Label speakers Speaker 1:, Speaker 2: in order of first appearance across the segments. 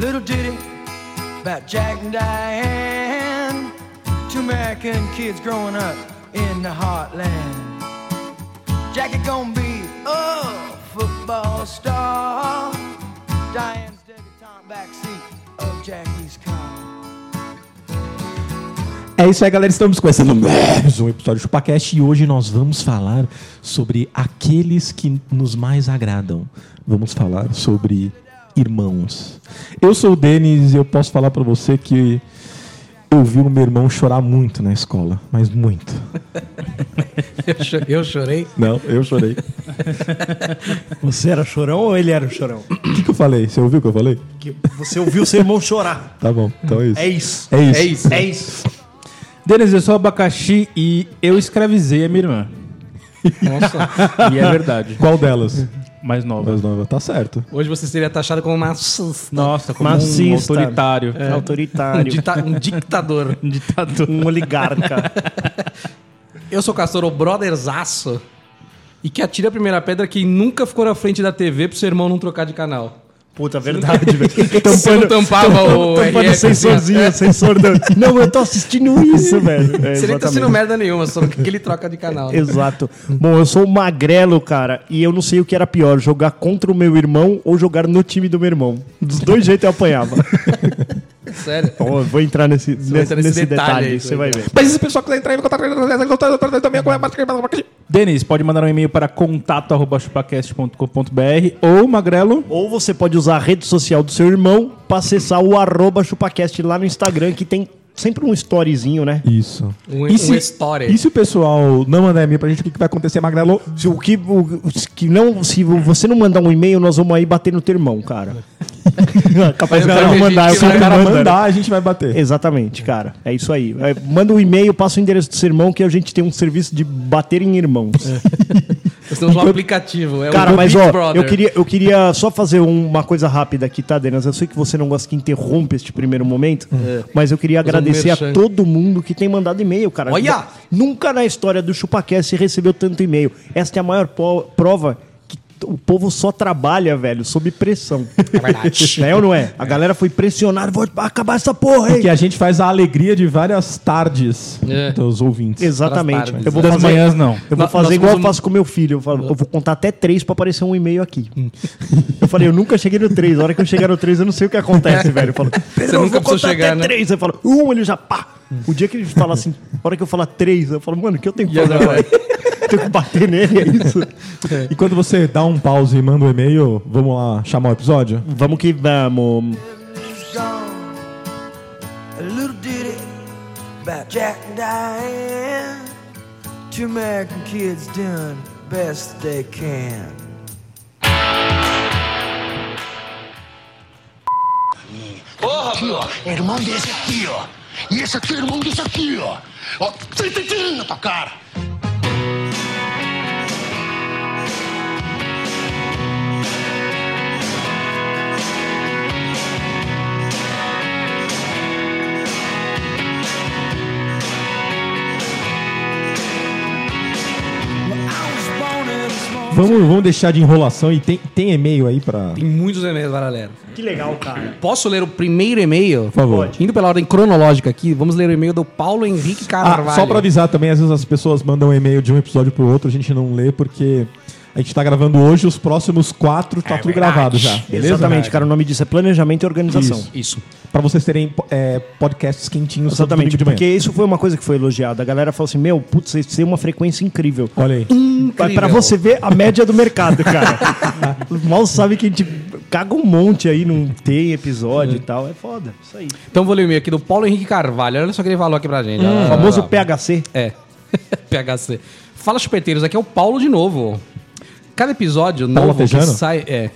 Speaker 1: Little ditty about Jack and Diane, two American kids growing up in the heartland. Jackie gonna be a football star. Diane's debutante backseat of Jackie's car.
Speaker 2: É isso aí, galera. Estamos começando mais um episódio do ChupaCast e hoje nós vamos falar sobre aqueles que nos mais agradam. Vamos falar sobre irmãos. Eu sou o Denis e eu posso falar pra você que eu vi o meu irmão chorar muito na escola, mas muito.
Speaker 3: Eu, cho- eu chorei.
Speaker 2: Não, eu chorei.
Speaker 4: Você era chorão ou ele era o chorão?
Speaker 2: O que, que eu falei? Você ouviu o que eu falei?
Speaker 4: Que você ouviu seu irmão chorar.
Speaker 2: Tá bom, então é isso.
Speaker 4: É isso.
Speaker 2: É isso.
Speaker 4: É isso.
Speaker 5: Denis, eu sou abacaxi e eu escravizei a minha irmã.
Speaker 3: Nossa.
Speaker 5: E é verdade.
Speaker 2: Qual delas?
Speaker 5: Mais nova.
Speaker 2: Das novas. Tá certo.
Speaker 3: Hoje você seria taxado como uma-
Speaker 5: Nossa, como um
Speaker 4: Machista.
Speaker 5: autoritário.
Speaker 4: é.
Speaker 3: um,
Speaker 4: Autoritário.
Speaker 3: dita- um dictador.
Speaker 5: Um ditador.
Speaker 4: Um oligarca.
Speaker 3: Eu sou o Castor, o brotherzaço. E que atira a primeira pedra que nunca ficou na frente da TV pro seu irmão não trocar de canal.
Speaker 4: Puta, verdade, velho.
Speaker 3: Você não
Speaker 4: Tampando,
Speaker 3: tampava o
Speaker 4: tampando
Speaker 3: RF, assim,
Speaker 4: sensorzinho, sensor da... é Não, eu tô assistindo isso, velho. É,
Speaker 3: ó. Você nem tá sendo
Speaker 4: exatamente.
Speaker 3: merda nenhuma, só que ele troca de canal. né?
Speaker 4: Exato. Bom, eu sou um magrelo, cara, e eu não sei o que era pior, jogar contra o meu irmão ou jogar no time do meu irmão. Dos dois jeitos eu apanhava.
Speaker 3: Sério.
Speaker 4: Ó, eu vou entrar nesse,
Speaker 3: vai
Speaker 4: nesse,
Speaker 3: entrar nesse
Speaker 4: nesse
Speaker 3: detalhe
Speaker 4: detalhe,
Speaker 3: aí,
Speaker 4: você vai ver.
Speaker 2: Mas se o pessoal quiser entrar em contato também com
Speaker 5: Denis, pode mandar um e-mail para contato.chupacast.com.br ou Magrelo.
Speaker 4: Ou você pode usar a rede social do seu irmão pra acessar o arroba chupacast lá no Instagram, que tem sempre um storyzinho, né?
Speaker 2: Isso.
Speaker 3: Um,
Speaker 2: E
Speaker 3: um
Speaker 2: se-
Speaker 3: story.
Speaker 2: E se o pessoal não mandar e-mail pra gente, o que, que vai acontecer, Magrelo?
Speaker 4: Se, o que, o, se que não, se você não mandar um e-mail, nós vamos aí bater no teu irmão, cara. Capaz do
Speaker 3: Eu
Speaker 4: cara não
Speaker 3: também
Speaker 4: mandar,
Speaker 3: vi
Speaker 4: o
Speaker 3: que
Speaker 4: cara
Speaker 2: O cara
Speaker 4: manda. né?
Speaker 2: mandar, a gente vai bater.
Speaker 4: Exatamente, cara. É isso aí. É, manda um e-mail, passa o endereço do seu irmão, que a gente tem um serviço de bater em irmãos.
Speaker 3: Nós temos um aplicativo. É
Speaker 4: Cara,
Speaker 3: o
Speaker 4: mas
Speaker 3: Big
Speaker 4: ó,
Speaker 3: Brother.
Speaker 4: eu queria, eu queria só fazer um- uma coisa rápida aqui, tá, Denas? Eu sei que você não gosta que interrompa este primeiro momento, mas eu queria
Speaker 3: Fazer um
Speaker 4: agradecer
Speaker 3: merchan.
Speaker 4: a todo mundo que tem mandado e-mail, cara.
Speaker 3: Olha!
Speaker 4: Nunca na história do ChupaCast se recebeu tanto e-mail. Esta é a maior po- prova que t- o povo só trabalha, velho, sob pressão. É verdade. É ou não é? A galera foi pressionada, vou acabar essa porra,
Speaker 2: Que
Speaker 4: hein?
Speaker 2: a gente faz a alegria de várias tardes
Speaker 3: É.
Speaker 2: dos ouvintes.
Speaker 4: Exatamente.
Speaker 3: Transparente.
Speaker 4: Eu vou
Speaker 5: Das
Speaker 4: fazer,
Speaker 5: manhãs, não.
Speaker 4: Eu vou
Speaker 3: Nós- nós
Speaker 4: fazer igual eu
Speaker 3: somos um-
Speaker 4: faço com meu filho. Eu, falo, eu vou contar até três pra aparecer um e-mail aqui.
Speaker 3: Hum.
Speaker 4: eu falei, eu nunca cheguei no três. A hora que eu chegar no três, eu não sei o que acontece, velho. Eu falo, Pedro, eu
Speaker 3: nunca
Speaker 4: vou
Speaker 3: precisou
Speaker 4: contar
Speaker 3: chegar,
Speaker 4: até
Speaker 3: né?
Speaker 4: três. Eu falo, um, ele já pá. O dia que ele fala assim, a hora que eu falar três, eu falo, mano, o que eu tenho que
Speaker 3: E
Speaker 4: fazer
Speaker 3: agora?
Speaker 4: agora? tenho que bater nele, é isso?
Speaker 2: E quando você dá um pause e manda um e-mail, vamos lá chamar o episódio?
Speaker 4: Vamos que vamos.
Speaker 1: Everything's gone. A little ditty about Jack and Diane, two American kids doing the best they can.
Speaker 6: Aqui, ó. É irmão desse aqui, ó. E esse aqui é irmão desse aqui, ó. Ó, tim, tim, tim na tua cara.
Speaker 1: I was born in a small
Speaker 2: Vamos, vamos deixar de enrolação e tem, tem e-mail aí pra.
Speaker 3: Tem muitos e-mails, galera.
Speaker 4: Que legal, cara.
Speaker 3: Posso ler o primeiro e-mail?
Speaker 2: Por favor.
Speaker 3: Indo pela ordem cronológica aqui, vamos ler o e-mail do Paulo Henrique Carvalho.
Speaker 2: Ah, só pra avisar também, às vezes as pessoas mandam e-mail de um episódio pro outro, a gente não lê porque a gente tá gravando hoje, os próximos quatro
Speaker 3: É
Speaker 2: tá tudo gravado já. Beleza?
Speaker 4: Exatamente, cara. O nome disso é planejamento e organização.
Speaker 2: Isso.
Speaker 3: Isso.
Speaker 2: Pra vocês terem é, podcasts quentinhos todo
Speaker 4: Exatamente,
Speaker 2: domingo de
Speaker 4: porque
Speaker 2: manhã.
Speaker 4: isso foi uma coisa que foi elogiada. A galera falou assim: Meu, putz, vocês têm uma frequência incrível.
Speaker 2: Olha aí.
Speaker 4: Mas pra você ver a média do mercado, cara. Mal sabe que a gente caga um monte aí, não tem episódio e tal. É foda, isso aí.
Speaker 2: Hum.
Speaker 3: Então vou ler o e-mail aqui do Paulo Henrique Carvalho. Olha só que ele falou aqui pra gente. Olha lá,
Speaker 4: O
Speaker 3: olha lá,
Speaker 4: famoso
Speaker 3: olha lá.
Speaker 4: PHC.
Speaker 3: É. PHC. Fala, chupeteiros, aqui é o Paulo de novo. Cada episódio
Speaker 2: Paulo
Speaker 3: novo que
Speaker 2: Tejano?
Speaker 3: sai é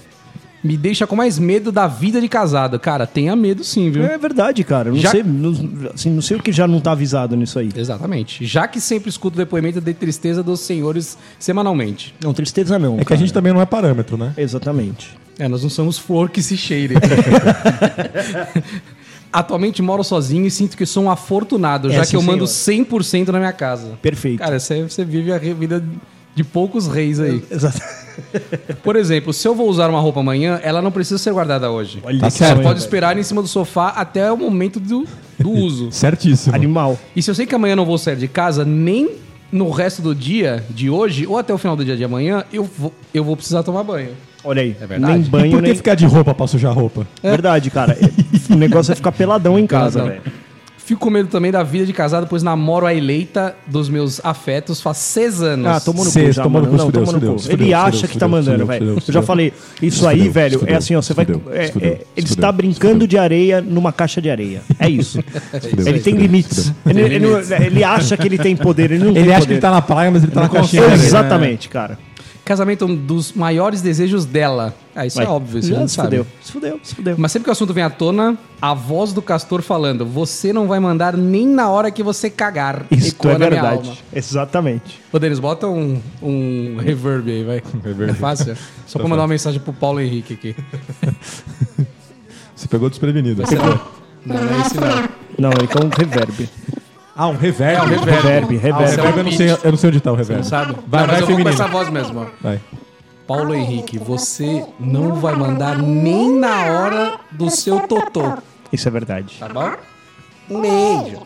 Speaker 3: me deixa com mais medo da vida de casado. Cara, tenha medo sim, viu?
Speaker 4: É verdade, cara. Eu Não,
Speaker 3: Já-
Speaker 4: sei, não, assim, não sei o que já não tá avisado nisso aí.
Speaker 3: Exatamente. Já que sempre escuto depoimento de tristeza dos senhores semanalmente.
Speaker 4: Não, tristeza não.
Speaker 2: É que a gente também não é parâmetro, né?
Speaker 4: Exatamente.
Speaker 3: É, nós não somos flor que se cheire. Atualmente moro sozinho e sinto que sou um afortunado, já
Speaker 4: É,
Speaker 3: que eu
Speaker 4: sim,
Speaker 3: mando
Speaker 4: senhor.
Speaker 3: 100% na minha casa.
Speaker 4: Perfeito.
Speaker 3: Cara, você, você vive a re- vida de poucos reis aí.
Speaker 4: Exatamente.
Speaker 3: Por exemplo, se eu vou usar uma roupa amanhã, ela não precisa ser guardada hoje.
Speaker 4: Olha
Speaker 2: Tá
Speaker 4: que
Speaker 2: certo.
Speaker 4: sonho,
Speaker 3: Pode
Speaker 4: velho.
Speaker 3: esperar em cima do sofá até o momento do, do uso.
Speaker 2: Certíssimo.
Speaker 4: Animal.
Speaker 3: E se eu sei que amanhã eu não vou sair de casa, nem no resto do dia de hoje ou até o final do dia de amanhã, eu vou, eu vou precisar tomar banho.
Speaker 4: Olha aí.
Speaker 3: É verdade.
Speaker 4: Nem
Speaker 2: E
Speaker 4: banho,
Speaker 2: por que
Speaker 4: nem.
Speaker 2: ficar de roupa pra sujar roupa?
Speaker 4: Verdade, cara. o negócio é ficar peladão em casa, velho.
Speaker 3: Fico com medo também da vida de casado, pois namoro a eleita dos meus afetos faz seis anos.
Speaker 4: Ah, tomou no
Speaker 2: Cês,
Speaker 4: cu já,
Speaker 2: tomou no
Speaker 4: mano.
Speaker 2: cu,
Speaker 4: Não,
Speaker 2: fudeu,
Speaker 4: tomou no
Speaker 2: fudeu,
Speaker 4: cu.
Speaker 2: fudeu,
Speaker 4: Ele
Speaker 2: fudeu,
Speaker 4: acha que
Speaker 2: fudeu,
Speaker 4: tá mandando,
Speaker 2: fudeu,
Speaker 4: velho.
Speaker 2: fudeu,
Speaker 4: Eu já
Speaker 2: fudeu.
Speaker 4: falei. Isso aí,
Speaker 2: Fudeu,
Speaker 4: velho, é
Speaker 2: fudeu,
Speaker 4: assim, ó. Você vai.
Speaker 2: fudeu,
Speaker 4: é, é,
Speaker 2: fudeu,
Speaker 4: ele
Speaker 2: fudeu.
Speaker 4: está brincando de areia numa caixa de areia. É isso. Ele tem
Speaker 2: fudeu,
Speaker 4: limites. Ele, ele não- ele acha que ele tem poder. Ele não tem
Speaker 2: Ele acha que
Speaker 4: poder.
Speaker 2: ele tá na praia, mas ele tá na caixinha.
Speaker 4: Consegue, Exatamente, cara.
Speaker 3: Casamento é um dos maiores desejos dela. Ah, isso é óbvio, isso a
Speaker 4: Já
Speaker 3: gente
Speaker 4: se
Speaker 3: sabe.
Speaker 4: fudeu. Se fudeu, se fudeu.
Speaker 3: Mas sempre que o assunto vem à tona, a voz do castor falando: Você não vai mandar nem na hora que você cagar.
Speaker 4: Isso
Speaker 3: Ecoa
Speaker 4: é
Speaker 3: na minha alma.
Speaker 4: verdade. Exatamente.
Speaker 3: Ô, Denis, bota um, um reverb aí, vai. É fácil? Só
Speaker 4: Tá
Speaker 3: pra mandar uma mensagem pro Paulo Henrique aqui.
Speaker 2: Você pegou desprevenido.
Speaker 3: Não, não é esse não.
Speaker 4: Não, então reverb.
Speaker 2: Ah, um reverb.
Speaker 3: É um reverb.
Speaker 4: Reverb, reverb.
Speaker 3: Ah,
Speaker 2: Reverb, eu, não sei, eu não sei onde tá o reverb.
Speaker 3: Sabe?
Speaker 2: Vai, vai,
Speaker 3: não, mas eu vou com
Speaker 2: feminino.
Speaker 3: essa voz mesmo. ó.
Speaker 2: Vai.
Speaker 3: Paulo Henrique, você não vai mandar nem na hora do seu totô,
Speaker 4: Isso é verdade.
Speaker 3: tá bom? Um beijo.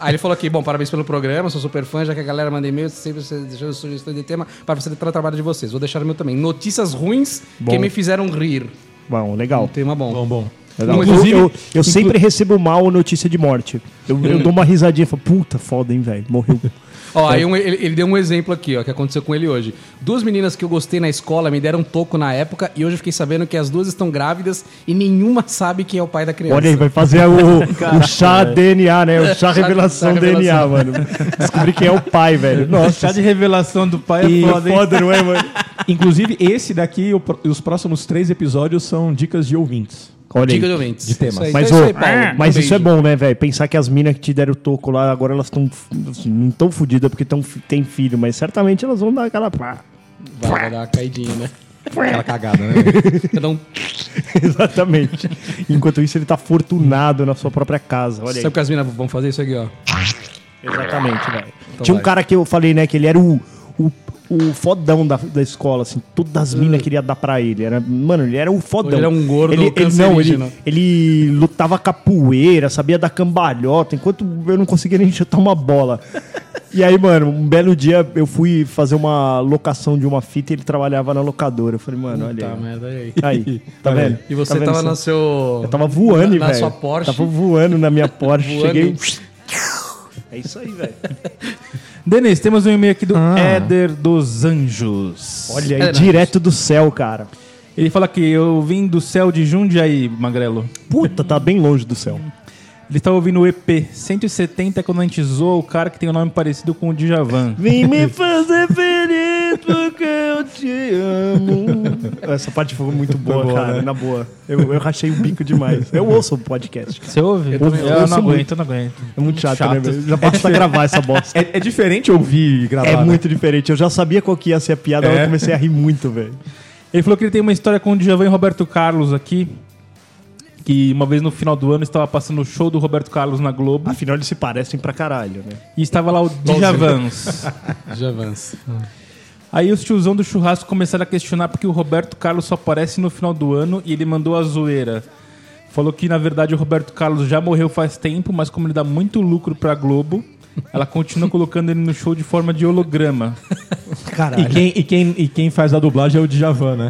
Speaker 3: Aí ele falou aqui, bom, parabéns pelo programa, sou super fã, já que a galera manda e-mail, sempre você deixando sugestões de tema para facilitar o trabalho de vocês. Vou deixar o meu também. Notícias ruins que me fizeram rir.
Speaker 4: Bom, legal.
Speaker 3: Tema bom.
Speaker 2: Bom, bom.
Speaker 4: Legal.
Speaker 3: Mas
Speaker 4: Inclusive, eu, eu sempre recebo mal notícia de morte. Eu, eu dou uma risadinha e falo, puta, foda, hein, velho. Morreu.
Speaker 3: Ó, aí um- ele, ele deu um exemplo aqui, ó, que aconteceu com ele hoje. Duas meninas que eu gostei na escola me deram um toco na época e hoje eu fiquei sabendo que as duas estão grávidas e nenhuma sabe quem é o pai da criança.
Speaker 4: Olha aí, vai fazer o, o chá DNA, né? O chá revelação
Speaker 3: chá
Speaker 4: DNA,
Speaker 3: revelação.
Speaker 4: mano. Descobri quem é o pai, velho. Nossa,
Speaker 5: Chá de revelação do pai
Speaker 4: que
Speaker 5: é foda, hein?
Speaker 4: foda, não é, mano?
Speaker 2: Inclusive, esse daqui e o pro- e os próximos três episódios são dicas de ouvintes.
Speaker 4: Olha aí.
Speaker 3: Diga de ouvintes.
Speaker 2: De temas.
Speaker 3: Isso aí,
Speaker 4: Mas,
Speaker 3: então é
Speaker 4: ô,
Speaker 3: isso aí, Paulo. Um
Speaker 4: mas isso é
Speaker 3: beijo.
Speaker 4: bom, né, velho? Pensar que as minas que te deram o toco lá, agora elas estão não tão fodidas porque tão, fi- tem filho, mas certamente elas vão dar aquela pá.
Speaker 3: Vai, vai dar uma caidinha, né?
Speaker 2: Aquela cagada, né?
Speaker 3: Então,
Speaker 4: Exatamente. Enquanto isso, ele tá fortunado na sua própria casa. Olha
Speaker 3: sabe o
Speaker 4: aí.
Speaker 3: que as meninas vão fazer isso aqui, ó?
Speaker 4: Exatamente, velho. Tinha um
Speaker 3: vai.
Speaker 4: cara que eu falei, né, que ele era o, o, o fodão da, da escola, assim. Todas as minas queriam dar pra ele. Era, mano, ele era o fodão.
Speaker 3: Hum. Ele era um gordo
Speaker 4: ele, ele, não, ele,
Speaker 3: cancerígeno.
Speaker 4: ele lutava capoeira, sabia dar cambalhota, enquanto eu não conseguia nem chutar uma bola. E aí, mano, um belo dia eu fui fazer uma locação de uma fita e ele trabalhava na locadora. Eu falei, mano, Ah, olha
Speaker 3: Tá,
Speaker 4: aí.
Speaker 3: merda, olha aí.
Speaker 4: Aí, tá
Speaker 2: Olha aí.
Speaker 4: vendo?
Speaker 3: E você
Speaker 4: Tá vendo
Speaker 3: tava
Speaker 4: só?
Speaker 3: na seu...
Speaker 4: Eu tava voando,
Speaker 3: na,
Speaker 4: velho.
Speaker 3: na sua Porsche.
Speaker 4: Tava voando na minha Porsche.
Speaker 3: Voando.
Speaker 4: Cheguei. É isso aí, velho.
Speaker 5: Denis, temos um e-mail aqui do Éder dos Anjos.
Speaker 4: Olha aí,
Speaker 3: É, não.
Speaker 4: direto do céu, cara.
Speaker 5: Ele fala que eu vim do céu de Jundiaí, Magrelo.
Speaker 4: Puta, tá bem longe do céu.
Speaker 5: Ele tá ouvindo o EP 170 quando a gente zoa o cara que tem um nome parecido com o Djavan.
Speaker 4: Vem me fazer feliz porque eu te amo. Essa parte foi muito boa,
Speaker 2: boa,
Speaker 4: cara.
Speaker 2: né?
Speaker 4: Na boa. Eu, eu rachei o bico demais. Eu ouço o podcast. cara.
Speaker 5: Você ouve? Eu,
Speaker 4: também ouço.
Speaker 5: não
Speaker 4: Ouço muito.
Speaker 5: aguento, eu não aguento.
Speaker 4: É muito chato,
Speaker 5: Chato.
Speaker 4: né, velho? Já basta gravar essa bosta.
Speaker 2: É, é diferente ouvir e gravar.
Speaker 4: É
Speaker 2: né?
Speaker 4: muito diferente. Eu já sabia qual que ia ser a piada, mas eu comecei a rir muito, velho.
Speaker 5: Ele falou que ele tem uma história com o Djavan e Roberto Carlos aqui. Que uma vez no final do ano estava passando o show do Roberto Carlos na Globo.
Speaker 4: Afinal, eles se parecem pra caralho, né?
Speaker 5: E estava lá o Djavans.
Speaker 3: Já avança.
Speaker 5: Aí os tiozão do churrasco começaram a questionar porque o Roberto Carlos só aparece no final do ano e ele mandou a zoeira. Falou que na verdade o Roberto Carlos já morreu faz tempo, mas como ele dá muito lucro pra Globo, ela continua colocando ele no show de forma de holograma.
Speaker 2: E quem, e, quem, e quem faz a dublagem é o Djavan, né?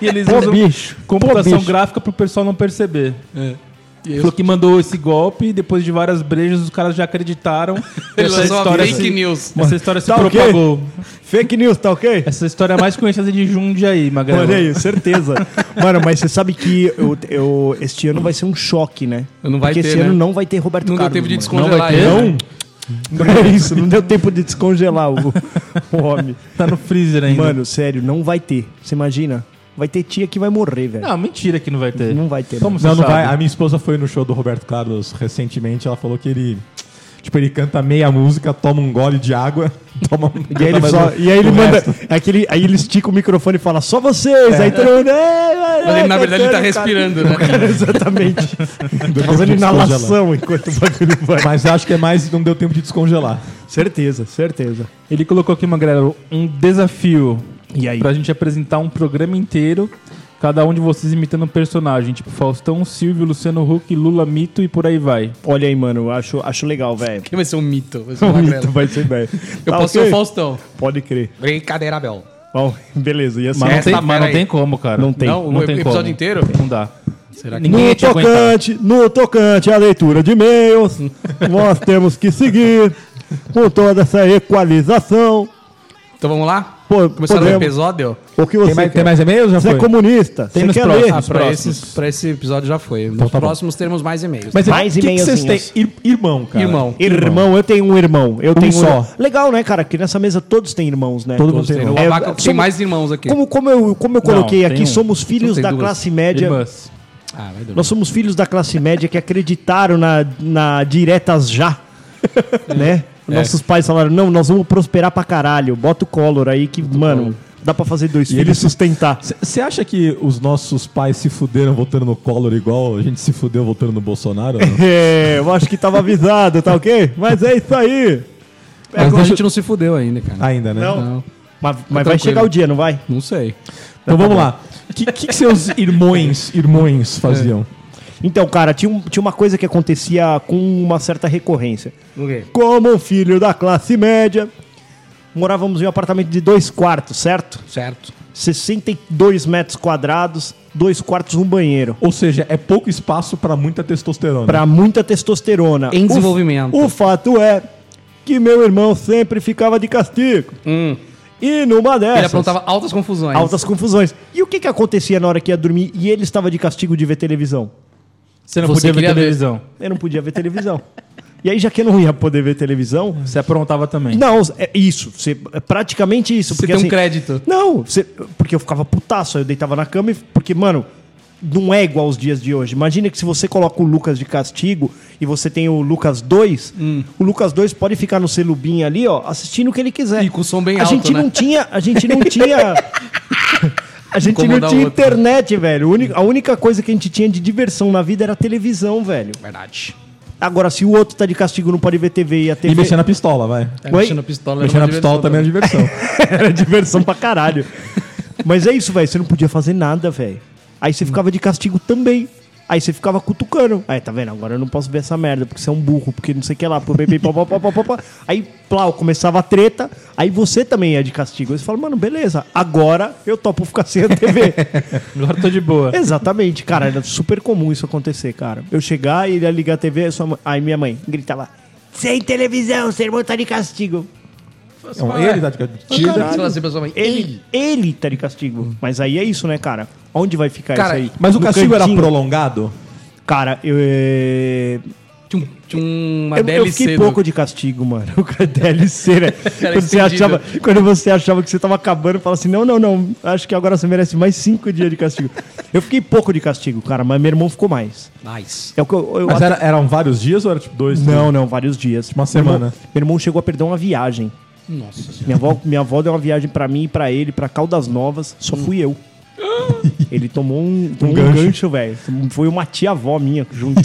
Speaker 5: E eles
Speaker 4: Pô,
Speaker 5: usam
Speaker 4: bicho. Pô,
Speaker 5: computação
Speaker 4: bicho. É.
Speaker 5: gráfica pro pessoal não perceber.
Speaker 3: E eu-
Speaker 5: Falou que mandou esse golpe e depois de várias brejas os caras já acreditaram. E
Speaker 3: Ele lançou uma fake
Speaker 5: se-
Speaker 3: news.
Speaker 5: Essa história se
Speaker 4: Tá ok?
Speaker 5: propagou.
Speaker 4: Fake news, tá ok?
Speaker 5: Essa história é mais conhecida de Jundiaí,
Speaker 3: é
Speaker 5: Magalhães.
Speaker 4: Olha aí, certeza. Mano, mas você sabe que eu, eu- este ano vai ser um choque, né?
Speaker 3: Não vai
Speaker 4: Porque
Speaker 3: ter,
Speaker 4: esse
Speaker 3: né?
Speaker 4: ano não vai ter Roberto
Speaker 3: Não deu
Speaker 4: Carlos.
Speaker 3: tempo de
Speaker 4: mano.
Speaker 3: descongelar
Speaker 5: vai ter,
Speaker 3: ele,
Speaker 4: Não,
Speaker 3: né?
Speaker 4: É isso, não deu tempo de descongelar o, o homem.
Speaker 5: Tá no freezer ainda.
Speaker 4: Mano, sério, não vai ter. Você imagina? Vai ter tia que vai morrer, velho.
Speaker 5: Não, mentira que não vai ter.
Speaker 4: Não vai ter,
Speaker 5: Como
Speaker 4: não.
Speaker 5: você
Speaker 2: Não, não
Speaker 5: sabe?
Speaker 2: vai. A minha esposa foi no show do Roberto Carlos recentemente. Ela falou que ele. Tipo, ele canta meia música, toma um gole de água, toma um
Speaker 4: E aí ele, só- e aí ele manda. Aquele, aí ele estica o microfone e fala, só vocês. Aí todo mundo.
Speaker 3: É.
Speaker 4: "É,
Speaker 3: Mas ele, na verdade, ele tá respirando, né?
Speaker 4: Exatamente. Fazendo inalação enquanto o bagulho vai.
Speaker 2: Mas acho que é mais não deu tempo de descongelar.
Speaker 4: Certeza, certeza.
Speaker 5: Ele colocou aqui, Magrelo, um desafio
Speaker 4: E aí?
Speaker 5: pra gente apresentar um programa inteiro, cada um de vocês imitando um personagem, tipo Faustão, Silvio, Luciano Huck, Lula Mito e por aí vai.
Speaker 4: Olha aí, mano, eu acho, acho legal, velho.
Speaker 3: Quem vai ser um mito? Vai ser um magrelo.
Speaker 4: Vai ser bem.
Speaker 3: Eu posso ser o Faustão.
Speaker 4: Pode crer.
Speaker 3: Brincadeira, Bel.
Speaker 4: Bom, beleza, assim? ia ser.
Speaker 5: Mas, não
Speaker 3: Essa
Speaker 5: tem, mas
Speaker 3: fera
Speaker 5: não tem
Speaker 3: aí.
Speaker 5: como, cara.
Speaker 4: Não tem.
Speaker 3: Não, o
Speaker 5: tem
Speaker 3: episódio
Speaker 5: como.
Speaker 3: inteiro?
Speaker 5: Não dá.
Speaker 3: Será que...
Speaker 5: Ninguém ia
Speaker 4: No
Speaker 5: te aguentar.
Speaker 4: tocante, no tocante à leitura de e-mails, nós temos que seguir com toda essa equalização.
Speaker 3: Então vamos lá?
Speaker 4: Pô,
Speaker 3: Começaram o
Speaker 4: podemos.
Speaker 3: episódio?
Speaker 4: O que você quer?
Speaker 2: e-mails? Já
Speaker 4: Você é comunista, você
Speaker 5: nos
Speaker 4: quer
Speaker 5: próximos.
Speaker 4: ler.
Speaker 3: Ah, pra,
Speaker 5: próximos.
Speaker 3: esses, pra esse episódio já foi. Nos
Speaker 2: tá bom.
Speaker 3: próximos teremos mais e-mails.
Speaker 5: é
Speaker 2: Mas
Speaker 4: Mais
Speaker 2: o que, que vocês têm?
Speaker 4: e-mailzinhos.
Speaker 2: Ir- Irmão, cara.
Speaker 3: Irmão.
Speaker 4: Irmão, eu tenho um irmão. Eu tenho
Speaker 2: só.
Speaker 4: Legal, né, cara? Que nessa mesa todos têm irmãos, né?
Speaker 2: Todo mundo
Speaker 3: Todos
Speaker 2: tem
Speaker 3: têm.
Speaker 2: irmão.
Speaker 3: O
Speaker 4: É,
Speaker 3: Abaca tem
Speaker 4: somos-
Speaker 3: mais irmãos aqui.
Speaker 4: Como, como, eu, como eu coloquei
Speaker 5: tem
Speaker 4: aqui,
Speaker 5: um.
Speaker 4: somos filhos
Speaker 3: tem
Speaker 4: da
Speaker 3: duas.
Speaker 4: classe média.
Speaker 5: Irmãs.
Speaker 3: Ah, vai dormir.
Speaker 4: Nós somos filhos da classe média que acreditaram na, na diretas já, né?
Speaker 3: É.
Speaker 4: Nossos pais falaram, não, nós vamos prosperar pra caralho. Bota o Collor aí que, mano, dá pra fazer dois filhos
Speaker 2: eles-
Speaker 4: e sustentar.
Speaker 2: Você acha que os nossos pais se fuderam votando no Collor igual a gente se fudeu votando no Bolsonaro?
Speaker 4: É, eu acho que tava avisado, tá ok? Mas é isso aí.
Speaker 3: Mas É a gente não se fudeu ainda,
Speaker 4: Ah.
Speaker 3: cara.
Speaker 2: Ainda, né?
Speaker 4: Não.
Speaker 3: Não,
Speaker 4: Mas, mas vai
Speaker 3: tranquilo.
Speaker 4: chegar o dia, não vai?
Speaker 3: não sei.
Speaker 2: Então vamos lá. O que, que, que seus irmões, irmões faziam?
Speaker 5: É.
Speaker 4: Então, cara, tinha, um- tinha uma coisa que acontecia com uma certa recorrência.
Speaker 3: O quê?
Speaker 4: Como um filho da classe média, morávamos em um apartamento de dois quartos, certo?
Speaker 3: Certo.
Speaker 4: 62 metros quadrados, dois quartos, um banheiro.
Speaker 2: Ou seja, é pouco espaço pra muita testosterona.
Speaker 4: Pra muita testosterona.
Speaker 3: Em
Speaker 4: O-
Speaker 3: desenvolvimento.
Speaker 4: O, fato é que meu irmão sempre ficava de castigo. E numa dessas,
Speaker 3: Hum. Ele aprontava altas confusões.
Speaker 4: É, altas confusões. E o que, que acontecia na hora que ia dormir e ele estava de castigo de ver televisão?
Speaker 5: Você não
Speaker 3: Você
Speaker 5: podia ver
Speaker 3: queria ver.
Speaker 5: televisão.
Speaker 4: Eu não podia ver televisão. E aí, já que eu não ia poder ver televisão,
Speaker 5: Você aprontava também.
Speaker 4: Não, é isso. Você, é praticamente isso. assim,
Speaker 3: Você tem um crédito.
Speaker 4: Não, você- porque eu ficava putaço. Aí eu deitava na cama e. Porque, mano, não é igual aos dias de hoje. Imagina que se você coloca o Lucas de castigo e você tem o Lucas 2,
Speaker 3: Hum.
Speaker 4: o Lucas 2 pode ficar no celubim ali, ó, assistindo o que ele quiser.
Speaker 3: E com som bem
Speaker 4: a
Speaker 3: alto,
Speaker 4: gente
Speaker 3: né?
Speaker 4: não tinha. A gente não tinha. A gente não
Speaker 3: Incomodar
Speaker 4: tinha
Speaker 3: o outro. né?
Speaker 4: internet, velho. O único- A única coisa que a gente tinha de diversão na vida era a televisão, velho.
Speaker 3: Verdade.
Speaker 4: Agora, se o outro tá de castigo, não pode ver TV e a TV.
Speaker 2: E mexer na pistola, vai.
Speaker 3: É,
Speaker 4: Oi?
Speaker 3: mexendo na pistola.
Speaker 2: Mexer na
Speaker 3: era uma
Speaker 2: pistola
Speaker 3: diversão
Speaker 2: também é diversão.
Speaker 4: Era diversão pra caralho. Mas é isso, velho. Você não podia fazer nada, velho. Aí você ficava de castigo também. Aí você ficava cutucando. Aí, tá vendo? Agora eu não posso ver essa merda, porque você é um burro, porque não sei o que lá. pô, pê, pê, pá, pá, pá, pá, pá, pá. Aí, plau, começava a treta. Aí você também ia de castigo. Aí você fala, mano, beleza. Agora eu topo ficar sem a TV.
Speaker 5: Agora tô de boa.
Speaker 4: Exatamente, cara. Era super comum isso acontecer, cara. Eu chegar e ele ia ligar a TV, sua mãe- aí minha mãe gritava: Sem televisão, seu irmão tá de castigo.
Speaker 2: Então, ele tá de
Speaker 3: Tira.
Speaker 2: castigo.
Speaker 3: Você fala assim pra sua mãe,
Speaker 4: Ele, ele tá de castigo. Mas aí é isso, né, cara? Onde vai ficar
Speaker 3: Cara,
Speaker 4: isso aí?
Speaker 2: Hum. Mas o
Speaker 4: No
Speaker 2: castigo era
Speaker 4: cantinho?
Speaker 2: prolongado?
Speaker 4: Cara, eu. é,
Speaker 3: Tinha, um- tinha uma
Speaker 4: Eu, eu
Speaker 3: DLC
Speaker 4: fiquei
Speaker 3: do-
Speaker 4: pouco de castigo, mano. O DLC, né? quando, você
Speaker 3: estendido.
Speaker 4: achava, quando você achava que você tava acabando, fala assim: não, não, não. Acho que agora você merece mais cinco dias de castigo. eu fiquei pouco de castigo, cara, mas meu irmão ficou mais.
Speaker 3: Nice.
Speaker 4: É o que eu. eu
Speaker 2: Mas
Speaker 4: até-
Speaker 2: era- eram vários dias ou era tipo dois?
Speaker 4: Não, não, vários dias.
Speaker 2: Uma
Speaker 4: Meu irmão-
Speaker 2: semana.
Speaker 4: meu irmão chegou a perder uma viagem.
Speaker 3: Nossa senhora.
Speaker 4: Minha avó, minha avó deu uma viagem pra mim e pra ele, pra Caldas Novas, só fui eu. Ele tomou um, tomou um gancho,
Speaker 2: gancho.
Speaker 4: velho. Foi uma tia-avó minha junto.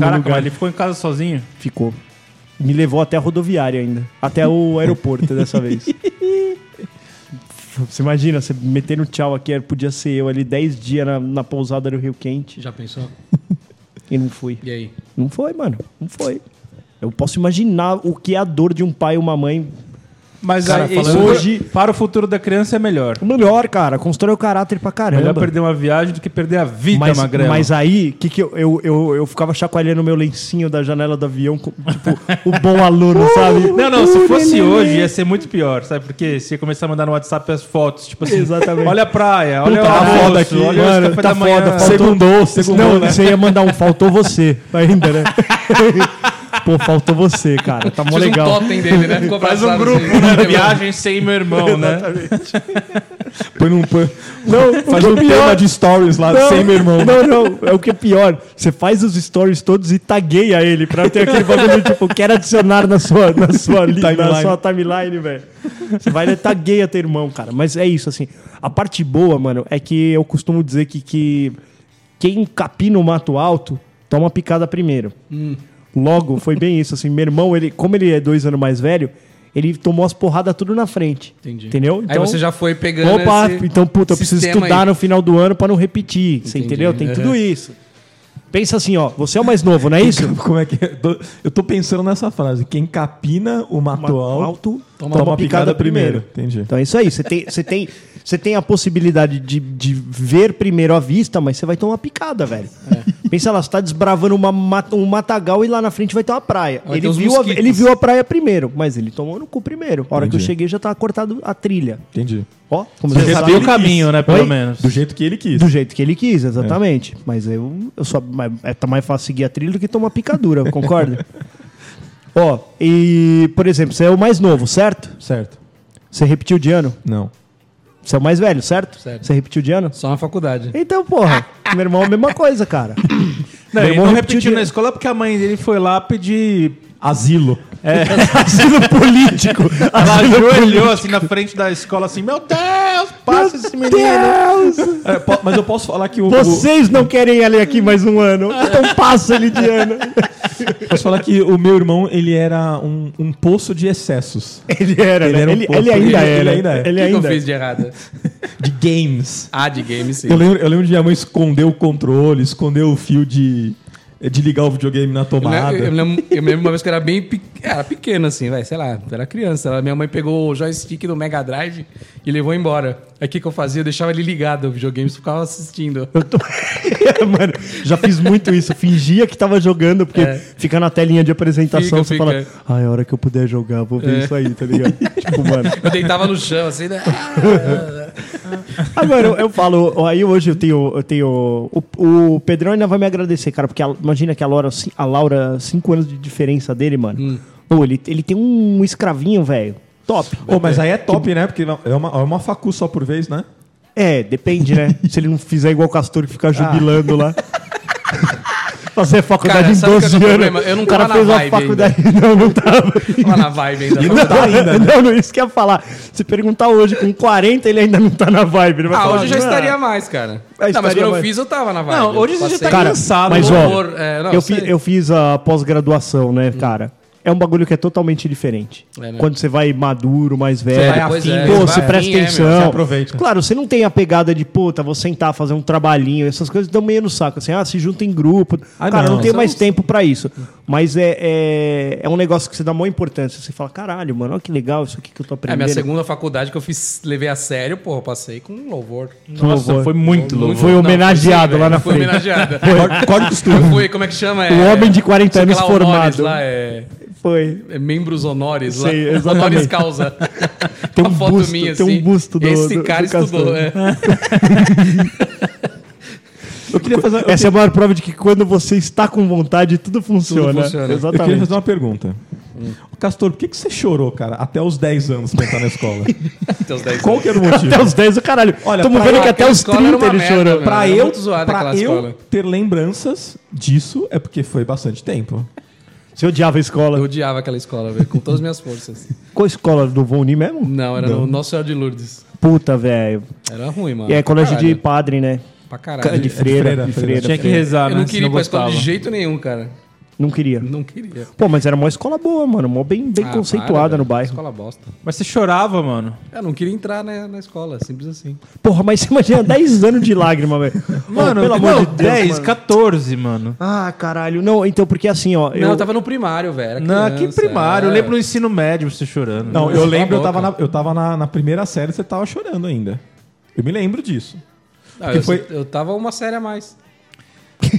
Speaker 5: Caraca,
Speaker 4: lugar.
Speaker 5: mas ele ficou em casa sozinho.
Speaker 4: Ficou. Me levou até a rodoviária ainda. Até o aeroporto dessa vez. Você imagina, você meter no tchau aqui, era- podia ser eu ali 10 dias na, na pousada do Rio Quente
Speaker 3: Já pensou?
Speaker 4: e não fui.
Speaker 3: E aí?
Speaker 4: Não foi, mano. Não foi. Eu posso imaginar o que é a dor de um pai e uma mãe.
Speaker 5: Mas
Speaker 3: Cara,
Speaker 5: aí,
Speaker 3: falando-
Speaker 5: hoje, para o futuro da criança é melhor.
Speaker 4: Melhor, cara. Constrói o caráter pra caramba.
Speaker 5: Melhor perder uma viagem do que perder a vida,
Speaker 4: Mas,
Speaker 5: Magrelo.
Speaker 4: mas aí, que que eu, eu, eu, eu ficava chacoalhando meu lencinho da janela do avião, com, tipo, o bom aluno, sabe?
Speaker 2: Uh!
Speaker 5: Não, não, se fosse hoje ia ser muito pior, sabe? Porque você ia começar a mandar no WhatsApp as fotos, tipo assim,
Speaker 4: Exatamente.
Speaker 5: olha a praia, olha o
Speaker 4: Puta, tá
Speaker 5: almoço,
Speaker 4: foda aqui,
Speaker 5: olha
Speaker 4: mano,
Speaker 5: o café
Speaker 4: tá
Speaker 5: da manhã.
Speaker 4: foda, faltou-
Speaker 2: Segundou, segundou,
Speaker 4: Não,
Speaker 2: né?
Speaker 4: você ia mandar um, faltou você ainda, né? Pô, faltou você, cara. Tá mó
Speaker 3: Fiz
Speaker 4: legal.
Speaker 3: um totem dele, né? Ficou
Speaker 5: Faz um
Speaker 3: abraçado,
Speaker 5: grupo,
Speaker 3: assim.
Speaker 5: né? Viagem sem meu irmão, né?
Speaker 2: Põe num põe-
Speaker 4: Não,
Speaker 2: Faz um tema de stories lá,
Speaker 4: Não,
Speaker 2: sem meu irmão. né?
Speaker 4: Não, não, é o que é pior. Você faz os stories todos e tagueia ele pra ter aquele bagulho tipo, quero adicionar na sua, na sua, li- na
Speaker 2: Timeline.
Speaker 4: sua timeline, velho. Você vai lá e tagueia teu irmão, cara. Mas é isso, assim. A parte boa, mano, é que eu costumo dizer que, que quem capina o mato alto toma picada primeiro. Logo, foi bem isso, assim. Meu irmão, ele, como ele é dois anos mais velho, ele tomou as porradas tudo na frente.
Speaker 3: Entendi.
Speaker 4: Entendeu? Então
Speaker 3: Aí você já foi pegando
Speaker 4: Opa,
Speaker 3: esse
Speaker 4: então, puta, eu preciso
Speaker 3: sistema
Speaker 4: estudar
Speaker 3: aí.
Speaker 4: no final do ano pra não repetir. Você entendeu? Tem tudo isso. Pensa assim, ó. Você é o mais novo, não é isso?
Speaker 2: Como é que é? Do- Eu tô pensando nessa frase. Quem capina o mato,
Speaker 4: Mato
Speaker 2: alto,
Speaker 4: toma uma picada
Speaker 2: Entendi.
Speaker 4: Então é isso aí. Você tem, você tem, você tem a possibilidade de, de ver primeiro à vista, mas você vai tomar picada, velho. Pensa lá, você tá desbravando uma mata- um matagal e lá na frente vai ter uma praia.
Speaker 3: Vai ter
Speaker 4: Ele
Speaker 3: os
Speaker 4: viu, a,
Speaker 3: mosquitos.
Speaker 4: ele viu a praia primeiro, mas ele tomou no cu primeiro. A hora que eu
Speaker 2: Entendi.
Speaker 4: cheguei já tava cortado a trilha.
Speaker 2: Entendi.
Speaker 4: Ó, como
Speaker 5: Você sabia o caminho, né? Pelo
Speaker 4: Oi?
Speaker 5: menos.
Speaker 2: Do jeito que ele quis.
Speaker 4: Do jeito que ele quis, exatamente. Mas eu, eu só. mas É tá mais fácil seguir a trilha do que tomar picadura, concorda? Ó, e, por exemplo, você é o mais novo, certo?
Speaker 2: Certo.
Speaker 4: Você repetiu de ano?
Speaker 2: Não.
Speaker 4: Você é o mais velho, certo?
Speaker 3: Certo.
Speaker 4: Você repetiu de ano?
Speaker 3: Só na faculdade.
Speaker 4: Então, porra, meu irmão é a mesma coisa, cara.
Speaker 5: Não,
Speaker 4: Meu
Speaker 5: ele
Speaker 4: irmão
Speaker 5: não
Speaker 4: repetiu
Speaker 5: repetiu
Speaker 4: de-
Speaker 5: na escola porque a mãe dele foi lá pedir.
Speaker 2: Asilo.
Speaker 4: Asilo político.
Speaker 5: Ela
Speaker 4: Asilo
Speaker 5: ajoelhou assim na frente da escola, assim: Meu Deus, passa esse menino.
Speaker 2: É, po- mas eu posso falar que o. o-
Speaker 4: Vocês não querem ele aqui mais um ano. Então passa ele de ano.
Speaker 2: posso falar que o meu irmão, ele era um, um poço de excessos.
Speaker 4: Ele era,
Speaker 2: Ele
Speaker 4: né?
Speaker 2: era um
Speaker 4: ele,
Speaker 2: pouco-
Speaker 4: ele ainda
Speaker 2: ele-
Speaker 4: era.
Speaker 2: ele ainda é.
Speaker 3: O
Speaker 4: Ele
Speaker 3: que, que
Speaker 4: ainda
Speaker 3: eu
Speaker 4: é.
Speaker 3: fiz de errado?
Speaker 2: De games.
Speaker 3: Ah, de game, sim.
Speaker 2: Eu lembro, eu lembro de minha mãe esconder o controle, esconder o fio de, de ligar o videogame na
Speaker 3: Eu me-
Speaker 2: tomada.
Speaker 3: Eu, me lembro, eu me lembro uma vez que eu era bem pe... era pequeno, assim, vai, sei lá, eu era criança. Ela- Minha mãe pegou o joystick do Mega Drive e levou embora. Aí o que, que eu fazia? Eu deixava ele ligado, o videogame só ficava assistindo.
Speaker 4: Eu tô- Mano, já fiz muito isso. Fingia que tava jogando, porque
Speaker 3: É.
Speaker 4: fica na telinha de
Speaker 3: Fica,
Speaker 4: apresentação, você
Speaker 3: fica. É.
Speaker 4: fala, ai, a hora que eu puder jogar, vou ver isso aí, tá ligado? tipo, mano.
Speaker 3: Eu deitava no chão, assim, né?
Speaker 4: Agora, eu, eu falo, aí hoje eu tenho. Eu tenho o, o Pedrão ainda vai me agradecer, cara, porque a- imagina que a Laura, ci- a Laura, cinco anos de diferença dele, mano.
Speaker 3: Hum.
Speaker 4: Pô, ele, ele tem um escravinho, velho. Top.
Speaker 2: Ô, mas aí é top, né? Porque é uma, é uma facu só por vez, né?
Speaker 4: É, depende, né? Se ele não fizer igual o Castor que
Speaker 3: Ah.
Speaker 4: fica jubilando lá. Fazer faculdade
Speaker 3: Cara,
Speaker 4: em
Speaker 3: sabe qual é o
Speaker 4: 12
Speaker 3: problema?
Speaker 4: anos.
Speaker 3: Eu não
Speaker 4: o cara
Speaker 3: tava na
Speaker 4: fez uma
Speaker 3: vibe ainda.
Speaker 4: faculdade. Não, não tava.
Speaker 3: Tava na vibe ainda. né?
Speaker 4: Não, não, não, isso que eu ia falar. Se perguntar hoje, com 40, ele ainda não tá na vibe. Ele vai
Speaker 3: Ah,
Speaker 4: falar,
Speaker 3: hoje eu já
Speaker 4: "Não,
Speaker 3: estaria mais, cara. não,
Speaker 4: Ah,
Speaker 3: mas
Speaker 4: estaria
Speaker 3: quando eu
Speaker 4: mais.
Speaker 3: fiz, eu tava na vibe.
Speaker 5: Não, hoje você já
Speaker 3: Passei.
Speaker 5: tá
Speaker 4: Cara,
Speaker 5: cansado,
Speaker 4: mas
Speaker 3: do
Speaker 4: ó,
Speaker 3: horror. É, não,
Speaker 4: né?" eu,
Speaker 3: sei. Hum.
Speaker 4: fi- eu fiz a pós-graduação, né, cara? É um bagulho que é totalmente diferente.
Speaker 3: É, né?
Speaker 4: Quando você vai maduro, mais velho,
Speaker 3: vai
Speaker 4: pô,
Speaker 3: afim,
Speaker 4: você,
Speaker 3: né? Você vai
Speaker 4: presta
Speaker 3: afim, é, meu,
Speaker 4: atenção.
Speaker 3: você
Speaker 2: aproveita.
Speaker 4: Claro, você não tem a pegada de, puta, vou sentar, fazer um trabalhinho, essas coisas dão meio no saco, assim, ah, se junta em grupo.
Speaker 2: Ah,
Speaker 4: cara, não,
Speaker 2: não,
Speaker 4: tenho
Speaker 2: você
Speaker 4: mais
Speaker 2: não-
Speaker 4: tempo pra isso. Mas é, é, é um negócio que você dá maior importância. Você fala, caralho, mano, olha que legal isso aqui que eu tô
Speaker 3: É,
Speaker 4: aprendendo.
Speaker 3: minha segunda faculdade que eu fiz, levei a sério, pô, eu passei com louvor.
Speaker 5: Nossa, foi muito louco.
Speaker 4: Foi homenageado lá na
Speaker 3: Foi
Speaker 4: frente.
Speaker 3: homenageado.
Speaker 2: Corta- Corta os
Speaker 3: Eu
Speaker 2: tudo.
Speaker 3: fui, como é que chama?
Speaker 4: O homem de 40
Speaker 3: sei
Speaker 4: anos
Speaker 3: lá, honores
Speaker 4: formado.
Speaker 3: Lá, é,
Speaker 4: Foi.
Speaker 3: é membros honores lá.
Speaker 4: Sei, exatamente.
Speaker 3: Honores causa.
Speaker 4: Tem
Speaker 3: Uma
Speaker 4: um
Speaker 3: foto
Speaker 4: busto-
Speaker 3: minha,
Speaker 4: tem um
Speaker 3: assim.
Speaker 4: busto do-
Speaker 3: Esse
Speaker 4: do-
Speaker 3: cara
Speaker 4: do Então,
Speaker 3: estudou.
Speaker 4: Castor.
Speaker 3: é.
Speaker 2: Eu queria fazer, eu
Speaker 4: Essa é a maior prova de que quando você está com vontade, tudo funciona.
Speaker 3: funciona.
Speaker 2: queria- eu queria
Speaker 4: Exatamente.
Speaker 2: fazer uma pergunta.
Speaker 3: Hum.
Speaker 2: Ô, Castor, por que, que você chorou, cara, até os 10 anos pra entrar na escola?
Speaker 3: Até os 10
Speaker 2: Qual que era o motivo?
Speaker 4: Até os 10 o caralho.
Speaker 2: Olha,
Speaker 4: Estamos
Speaker 2: pra-
Speaker 4: vendo que até
Speaker 3: aquela
Speaker 4: os
Speaker 3: escola era
Speaker 4: 30 ele
Speaker 3: uma merda,
Speaker 4: chorou.
Speaker 3: velho.
Speaker 2: Pra
Speaker 3: Era
Speaker 2: eu,
Speaker 3: muito zoada
Speaker 2: pra
Speaker 3: aquela escola.
Speaker 2: eu ter lembranças disso é porque foi bastante tempo.
Speaker 4: Você odiava a escola.
Speaker 3: Eu odiava aquela escola, velho, com todas as minhas forças.
Speaker 4: Qual escola do Voni mesmo?
Speaker 3: Não, era no Nosso Senhor de Lourdes.
Speaker 4: Puta, velho.
Speaker 3: Era ruim, mano.
Speaker 4: E é colégio
Speaker 3: Ah, Caralho. É
Speaker 4: de padre, né?
Speaker 3: Pra caralho.
Speaker 4: De freira,
Speaker 2: freira, freira.
Speaker 4: de freira.
Speaker 5: Tinha que rezar,
Speaker 3: Eu
Speaker 5: né?
Speaker 3: não
Speaker 5: se
Speaker 3: queria ir pra escola de
Speaker 5: gostava.
Speaker 3: jeito nenhum, cara.
Speaker 4: Não queria.
Speaker 3: Não queria.
Speaker 4: Pô, mas era uma escola boa, mano. Mó bem, bem
Speaker 3: Ah, para,
Speaker 4: conceituada
Speaker 3: velho.
Speaker 4: no bairro.
Speaker 3: Escola bosta.
Speaker 5: Mas você chorava, mano.
Speaker 3: Eu não queria entrar né, na escola, simples assim.
Speaker 4: Porra, mas você imagina 10 anos de lágrima, velho.
Speaker 5: Mano,
Speaker 4: Ô, pelo amor de Deus.
Speaker 5: 10,
Speaker 4: mano.
Speaker 5: 14, mano.
Speaker 4: Ah, caralho. Não, então, porque assim, ó.
Speaker 3: Não, eu tava no primário, velho. era
Speaker 5: Não, que
Speaker 3: criança,
Speaker 5: primário. Eu
Speaker 3: é.
Speaker 5: lembro no ensino médio você chorando.
Speaker 2: Não,
Speaker 3: Nossa,
Speaker 2: eu lembro, eu
Speaker 3: cala a
Speaker 2: tava, na,
Speaker 3: boca.
Speaker 2: eu tava na, na primeira série e você tava chorando ainda. Eu me lembro disso.
Speaker 3: Ah,
Speaker 2: Porque
Speaker 3: eu,
Speaker 2: foi-
Speaker 3: eu tava uma série a mais.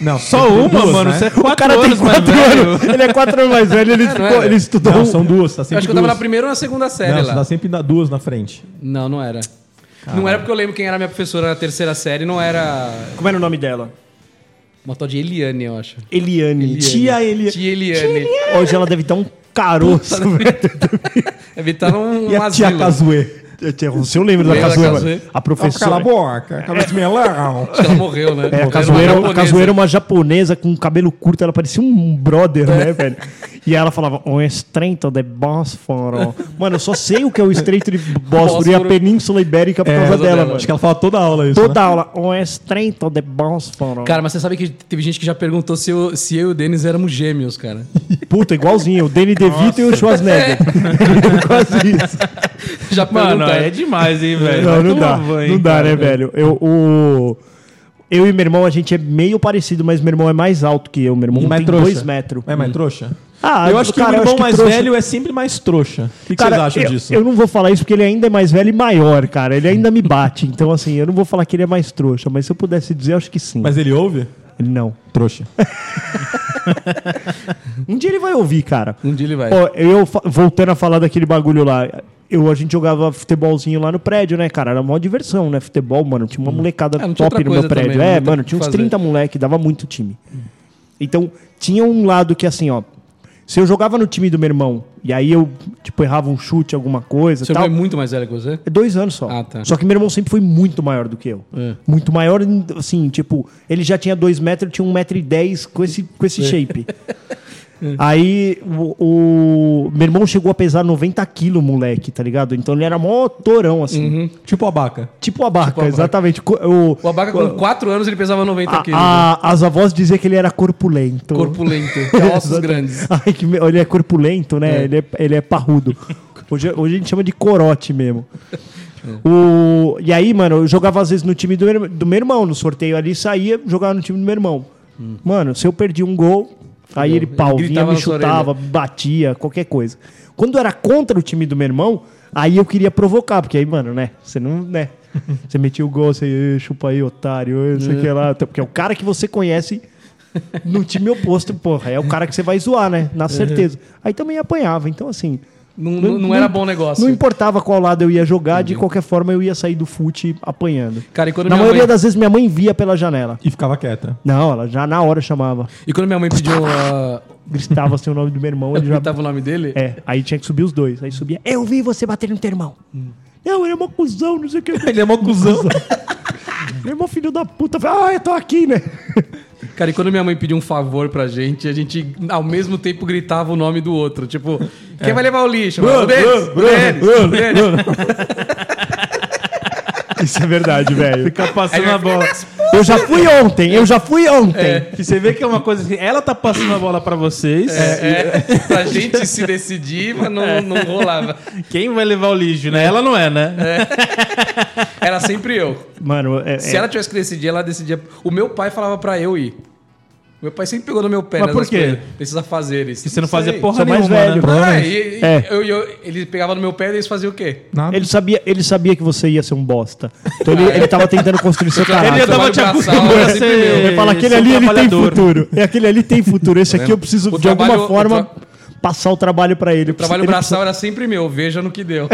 Speaker 2: Não,
Speaker 5: Só uma,
Speaker 2: duas,
Speaker 5: mano.
Speaker 2: né?
Speaker 5: Você é
Speaker 4: O
Speaker 5: 4
Speaker 4: cara tem
Speaker 5: anos mais
Speaker 4: 4
Speaker 5: velho.
Speaker 4: anos. Ele é 4 anos mais velho. Ele, ficou-
Speaker 3: era?
Speaker 4: ele estudou. um
Speaker 2: Não, são duas, tá
Speaker 3: Então, Eu
Speaker 2: sempre
Speaker 3: acho que eu tava na
Speaker 2: duas.
Speaker 3: primeira ou na segunda série
Speaker 2: Não,
Speaker 3: lá.
Speaker 2: você tá sempre na, duas na frente.
Speaker 3: Não, não era. Não era porque eu lembro quem era minha professora na terceira série, não era.
Speaker 4: Como era o nome é dela?
Speaker 3: Uma tal de Eliane, eu acho.
Speaker 4: Eliane. Tia Eliane.
Speaker 3: Tia Eliane.
Speaker 4: Hoje ela deve estar um caroço, velho.
Speaker 3: Evitaram um,
Speaker 2: E a tia
Speaker 3: asilo.
Speaker 2: Cazuê?
Speaker 4: Se eu lembro da
Speaker 3: Lembra da
Speaker 4: Cazueira.
Speaker 3: Cazueira?
Speaker 4: A professora.
Speaker 2: boca, cabeça de melão.
Speaker 3: Acho que ela morreu, né? Morreu
Speaker 4: É, a
Speaker 3: numa
Speaker 4: Cazueira,
Speaker 3: japonesa.
Speaker 4: a Cazueira é uma japonesa com cabelo curto, ela parecia um brother, né, velho? E ela falava, o estreito de Bósforo. Mano, eu só sei o que é o estreito de Bósforo e a
Speaker 3: Bósforo.
Speaker 4: Península Ibérica por causa
Speaker 3: causa
Speaker 4: dela,
Speaker 3: dela.
Speaker 4: mano.
Speaker 2: É, Acho que ela fala toda aula isso. né?
Speaker 4: Toda aula, o estreito de Bósforo.
Speaker 3: Cara, mas você sabe que teve gente que já perguntou se eu, se eu e o Denis éramos gêmeos, cara.
Speaker 4: Puta, igualzinho, o Danny DeVito e o Schwarzenegger. Quase isso.
Speaker 3: Já
Speaker 5: Mano,
Speaker 3: perguntaram.
Speaker 5: é demais, hein, velho?
Speaker 4: Não,
Speaker 5: Vai
Speaker 4: não
Speaker 5: tomar
Speaker 4: dá.
Speaker 5: banho,
Speaker 4: não dá,
Speaker 5: cara.
Speaker 4: né, velho? Eu, o... eu e meu irmão, a gente é meio parecido, mas meu irmão é mais alto que eu. Meu irmão
Speaker 2: Mais
Speaker 4: tem
Speaker 2: trouxa.
Speaker 4: dois metros.
Speaker 2: É mais trouxa?
Speaker 4: Ah,
Speaker 2: eu acho que
Speaker 4: cara,
Speaker 2: o
Speaker 4: eu
Speaker 2: irmão
Speaker 4: acho que
Speaker 2: mais
Speaker 4: trouxa-
Speaker 2: velho é sempre mais trouxa. O que, que
Speaker 4: Cara,
Speaker 2: vocês acham
Speaker 4: eu,
Speaker 2: disso?
Speaker 4: Eu não vou falar isso porque ele ainda é mais velho e maior, cara. Ele ainda me bate. Então, assim, eu não vou falar que ele é mais trouxa, mas se eu pudesse dizer, eu acho que sim.
Speaker 2: Mas ele ouve?
Speaker 4: ele não.
Speaker 2: Trouxa.
Speaker 4: Um dia ele vai ouvir, cara.
Speaker 2: Hum.
Speaker 3: Um dia ele vai.
Speaker 4: Ó, eu fa- voltando a falar daquele bagulho lá. Eu, a gente jogava futebolzinho lá no prédio, né, cara? Era uma diversão, né? Futebol, mano. Tinha uma
Speaker 2: Hum.
Speaker 4: molecada
Speaker 3: Ah, não tinha
Speaker 4: top
Speaker 3: outra
Speaker 4: no meu
Speaker 3: coisa
Speaker 4: prédio.
Speaker 3: também,
Speaker 4: é,
Speaker 3: não tem
Speaker 4: mano,
Speaker 3: o que
Speaker 4: tinha uns
Speaker 3: fazer. Hum.
Speaker 4: 30 moleque, dava muito time. Então, tinha um lado que assim, ó. Se eu jogava no time do meu irmão, e aí eu, tipo, errava um chute, alguma coisa.
Speaker 3: Seu
Speaker 4: tal,
Speaker 3: irmão é muito mais velho que você?
Speaker 4: É Dois anos só.
Speaker 3: Ah, tá.
Speaker 4: Só que meu irmão sempre foi muito maior do que eu. Muito maior, assim, tipo, ele já tinha dois metros, eu tinha um metro e dez com esse, com esse shape. É. Aí o, o- meu irmão chegou a pesar 90 quilos, moleque, tá ligado? Então ele era mó torão, assim.
Speaker 2: Tipo a Baca.
Speaker 4: Tipo a barca, exatamente. Co- O,
Speaker 3: Uhum. O Abaca, com 4 anos, ele pesava 90
Speaker 4: a-
Speaker 3: quilos. né?
Speaker 4: a- as avós diziam que ele era corpulento.
Speaker 3: Corpulento. Calços grandes.
Speaker 4: Ai, que me- Ele é corpulento, né? Ele, é, ele é parrudo. Hoje, hoje a gente chama de corote mesmo. O, e aí, mano, eu jogava às vezes no time do, meu- do meu irmão, no sorteio ali, saía, jogava no time do meu irmão. Mano, se eu perdi um gol, aí ele pau,
Speaker 3: Ele
Speaker 4: vinha,
Speaker 3: gritava
Speaker 4: me
Speaker 3: na sua
Speaker 4: chutava, batia, qualquer coisa. Quando era contra o time do meu irmão, aí eu queria provocar, porque aí, mano, né? Você não, né? Você metia o gol, você "Ê, chupa aí, otário, ê, não sei o que lá. Até Porque é o cara que você conhece no time oposto, porra. É o cara que você vai zoar, né?
Speaker 3: É.
Speaker 4: Na certeza. Aí também apanhava. Então, assim.
Speaker 3: Não, não- não era bom negócio.
Speaker 4: Não importava qual lado eu ia jogar, de qualquer forma eu ia sair do fute apanhando.
Speaker 3: Cara, e quando
Speaker 4: na
Speaker 3: minha
Speaker 4: maioria
Speaker 3: mãe-
Speaker 4: das vezes minha mãe via pela janela.
Speaker 2: E ficava quieta.
Speaker 4: Não, ela já na hora chamava.
Speaker 3: E quando minha mãe pediu... ah,
Speaker 4: Gritava assim o nome do meu irmão,
Speaker 3: eu
Speaker 4: ele já.
Speaker 3: gritava o nome dele?
Speaker 4: É, aí tinha que subir os dois. Aí subia, eu vi você bater no teu irmão.
Speaker 3: Hum.
Speaker 4: Não, ele é mó cuzão, não sei o que. ele é mó cuzão. ele é mó filho da puta. Ah, eu tô aqui, né?
Speaker 3: Cara, e quando minha mãe pediu um favor pra gente, a gente ao mesmo tempo gritava o nome do outro. Tipo,
Speaker 5: É.
Speaker 3: quem vai levar o lixo? o Denis, o Denis, o Denis.
Speaker 4: Isso é verdade, velho.
Speaker 5: Fica passando a bola.
Speaker 4: Eu já fui ontem, eu já fui ontem.
Speaker 5: E você vê que é uma coisa que ela tá passando a bola pra vocês.
Speaker 3: É, pra gente se decidir, mas
Speaker 5: É.
Speaker 3: não, não rolava.
Speaker 5: Quem vai levar o lixo, né? Ela não é, né?
Speaker 3: Era sempre eu.
Speaker 4: Mano, é,
Speaker 3: Se
Speaker 4: é-
Speaker 3: ela tivesse que decidir, ela decidia. O meu pai falava pra eu ir. Meu pai sempre pegou no meu pé.
Speaker 5: Mas
Speaker 3: nessas
Speaker 5: por quê?
Speaker 3: coisas. Precisa fazer isso.
Speaker 5: Que você não fazia porra
Speaker 4: sou mais
Speaker 5: nenhuma,
Speaker 4: velho.
Speaker 5: né?
Speaker 3: Ah, e, e-
Speaker 4: É.
Speaker 3: eu- eu- ele pegava no meu pé e eles faziam o quê?
Speaker 2: Nada.
Speaker 4: ele, sabia, ele sabia que você ia ser um bosta. Então ele, ele tava tentando construir seu
Speaker 5: Ele
Speaker 4: caráter.
Speaker 5: ia dar
Speaker 3: trabalho
Speaker 5: uma te
Speaker 3: braçal,
Speaker 5: acostumando a
Speaker 3: sempre
Speaker 5: ser-
Speaker 3: meu.
Speaker 4: Ele fala, aquele
Speaker 5: ser um
Speaker 4: ali ele tem
Speaker 5: trabalhador.
Speaker 4: futuro. É aquele ali tem futuro. Esse aqui eu preciso,
Speaker 3: O
Speaker 4: de alguma
Speaker 3: trabalho- o
Speaker 4: forma,
Speaker 3: tra-
Speaker 4: passar o trabalho pra ele.
Speaker 3: O trabalho
Speaker 4: ele
Speaker 3: braçal era sempre meu. Veja no que deu.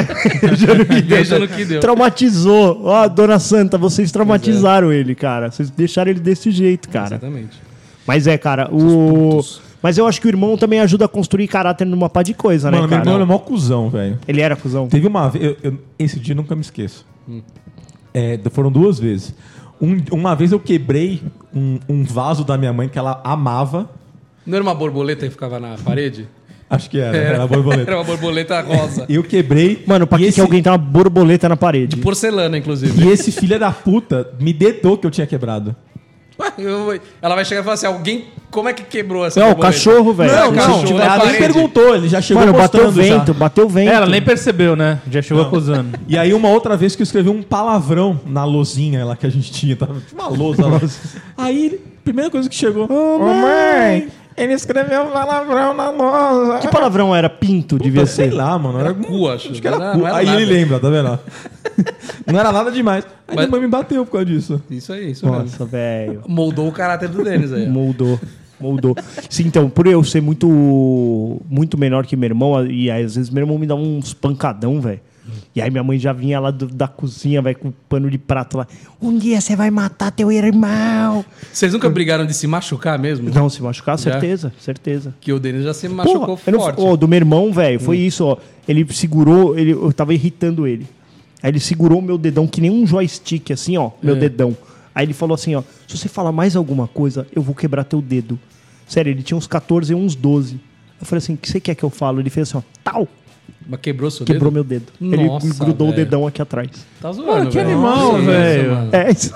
Speaker 4: Veja no que deu.
Speaker 3: Veja no que deu.
Speaker 4: Traumatizou. Ó, dona Santa, vocês traumatizaram ele, cara. Vocês deixaram ele desse jeito, cara.
Speaker 3: Exatamente.
Speaker 4: Mas é, cara, o. Mas eu acho que o irmão também ajuda a construir caráter numa pá de coisa,
Speaker 2: Mano,
Speaker 4: né,
Speaker 2: meu
Speaker 4: cara?
Speaker 2: irmão é era mó cuzão, velho.
Speaker 4: Ele era cuzão.
Speaker 2: Teve uma vez. eu- eu- esse dia eu nunca me esqueço. É, d- foram duas vezes. Um- uma vez eu quebrei um, um vaso da minha mãe que ela amava.
Speaker 3: Não era uma borboleta que ficava na parede?
Speaker 2: Acho que era, era, a borboleta.
Speaker 3: Era uma borboleta rosa.
Speaker 2: Eu quebrei.
Speaker 4: Mano, pra
Speaker 2: e
Speaker 4: que, que
Speaker 2: esse-
Speaker 4: alguém tem uma borboleta na parede?
Speaker 3: Porcelana, inclusive.
Speaker 2: E esse filho da puta me dedou que eu tinha quebrado.
Speaker 3: Ué, eu- Ela vai chegar e falar assim: alguém. Como é que quebrou essa
Speaker 4: Não, o
Speaker 3: borboleta?
Speaker 4: cachorro, velho.
Speaker 3: Não,
Speaker 2: Não,
Speaker 3: cachorro
Speaker 2: tipo,
Speaker 3: na
Speaker 2: ela nem
Speaker 3: parede.
Speaker 2: perguntou, ele já chegou
Speaker 4: Mano, bateu
Speaker 2: mostrando já.
Speaker 4: vento, bateu vento.
Speaker 5: Ela nem percebeu, né? Já chegou acusando.
Speaker 2: E aí uma outra vez que eu escrevi um palavrão na lozinha lá que a gente tinha, tava tinha uma lousa lá. aí, ele- primeira coisa que chegou, ô mãe, ele escreveu um palavrão na lousa.
Speaker 4: Que palavrão era? Pinto, devia
Speaker 2: sei
Speaker 4: ser.
Speaker 2: lá, mano, era,
Speaker 3: cu, acho.
Speaker 2: que era
Speaker 3: Não era-
Speaker 2: cu.
Speaker 3: não era
Speaker 2: aí
Speaker 3: nada.
Speaker 2: ele lembra, tá vendo? não era nada demais. Aí
Speaker 3: Mas-
Speaker 2: minha mãe me bateu por causa disso.
Speaker 3: Isso aí, isso mesmo.
Speaker 4: Nossa, velho.
Speaker 3: Moldou o caráter do Denis aí. ó.
Speaker 4: Moldou. Moldou. Sim, então, por eu ser muito muito menor que meu irmão, e às vezes meu irmão me dá uns pancadão, velho. E aí minha mãe já vinha lá do- da cozinha, vai com pano de prato lá. Um dia você vai matar teu irmão.
Speaker 3: Vocês nunca brigaram de se machucar mesmo?
Speaker 4: Não, se machucar,
Speaker 3: Já?
Speaker 4: certeza, certeza.
Speaker 3: Que o Denis já se machucou
Speaker 4: eu não-
Speaker 3: Ah, forte. Hum.
Speaker 4: Ô, do meu irmão, velho, foi isso, ó. Ele segurou, ele, eu tava irritando ele. Aí ele segurou o meu dedão, que nem um joystick, assim, ó, meu
Speaker 3: É.
Speaker 4: dedão. Aí ele falou assim, ó, se você falar mais alguma coisa, eu vou quebrar teu dedo. Sério, ele tinha uns 14 e uns 12. Eu falei assim, o que você quer que eu falo? Ele fez assim, ó, tal,
Speaker 3: Mas quebrou seu
Speaker 4: quebrou
Speaker 3: dedo?
Speaker 4: meu dedo.
Speaker 3: Nossa,
Speaker 4: ele grudou o
Speaker 3: velho.
Speaker 4: dedão aqui atrás.
Speaker 3: Tá zoando,
Speaker 5: Mano, que
Speaker 3: velho.
Speaker 5: animal,
Speaker 3: Nossa,
Speaker 5: velho.
Speaker 3: mano.
Speaker 4: É isso.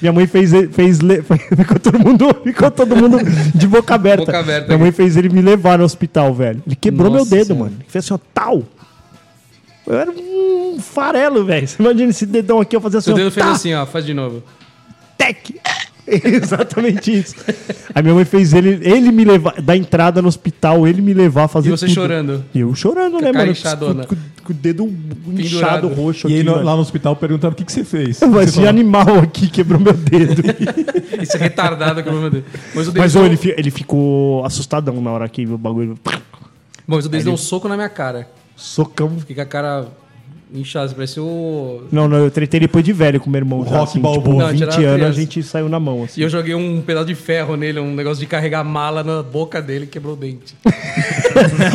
Speaker 4: Minha mãe fez ele- fez le- ficou todo mundo ficou todo mundo de boca aberta.
Speaker 3: Boca aberta.
Speaker 4: Minha mãe fez ele me levar no hospital, velho. Ele quebrou
Speaker 3: Nossa
Speaker 4: meu dedo,
Speaker 3: Senhora.
Speaker 4: mano. Ele fez assim, ó, tal. Eu era um farelo, velho. Você imagina esse dedão aqui eu fazer assim,
Speaker 3: Seu dedo
Speaker 4: ó,
Speaker 3: fez
Speaker 4: tá,
Speaker 3: assim, ó. Faz de novo.
Speaker 4: tec. Exatamente isso. Aí minha mãe fez ele, ele me levar, da entrada no hospital, ele me levar fazer
Speaker 3: E você
Speaker 4: tudo.
Speaker 3: chorando.
Speaker 4: E eu chorando,
Speaker 3: Com
Speaker 4: né,
Speaker 3: a
Speaker 4: mano?
Speaker 3: cara inchadona.
Speaker 4: Com, com- com o dedo inchado, roxo
Speaker 2: E aí
Speaker 4: aqui,
Speaker 2: no-
Speaker 4: mano.
Speaker 2: lá no hospital perguntaram o que, que você fez.
Speaker 4: Pô,
Speaker 2: Você
Speaker 4: Esse
Speaker 2: falou,
Speaker 4: Então, animal aqui quebrou meu dedo.
Speaker 3: Isso é retardado que eu vou mandar. Mas o Denis,
Speaker 4: Mas ô,
Speaker 3: deu... um-
Speaker 4: ele, fi- ele ficou assustadão na hora que viu o bagulho.
Speaker 3: Bom, mas o Denis deu um soco na minha cara.
Speaker 4: Socão.
Speaker 3: Fiquei com a cara inchada. Parecia o...
Speaker 4: Não, não, eu tretei depois de velho com meu irmão. já,
Speaker 2: Rock Balboa.
Speaker 4: tipo,
Speaker 3: Não, tirar
Speaker 4: 20 anos
Speaker 3: a
Speaker 4: a
Speaker 3: criança.
Speaker 4: gente saiu na mão, assim.
Speaker 3: E eu joguei um pedaço de ferro nele, um negócio de carregar mala na boca dele e quebrou o dente.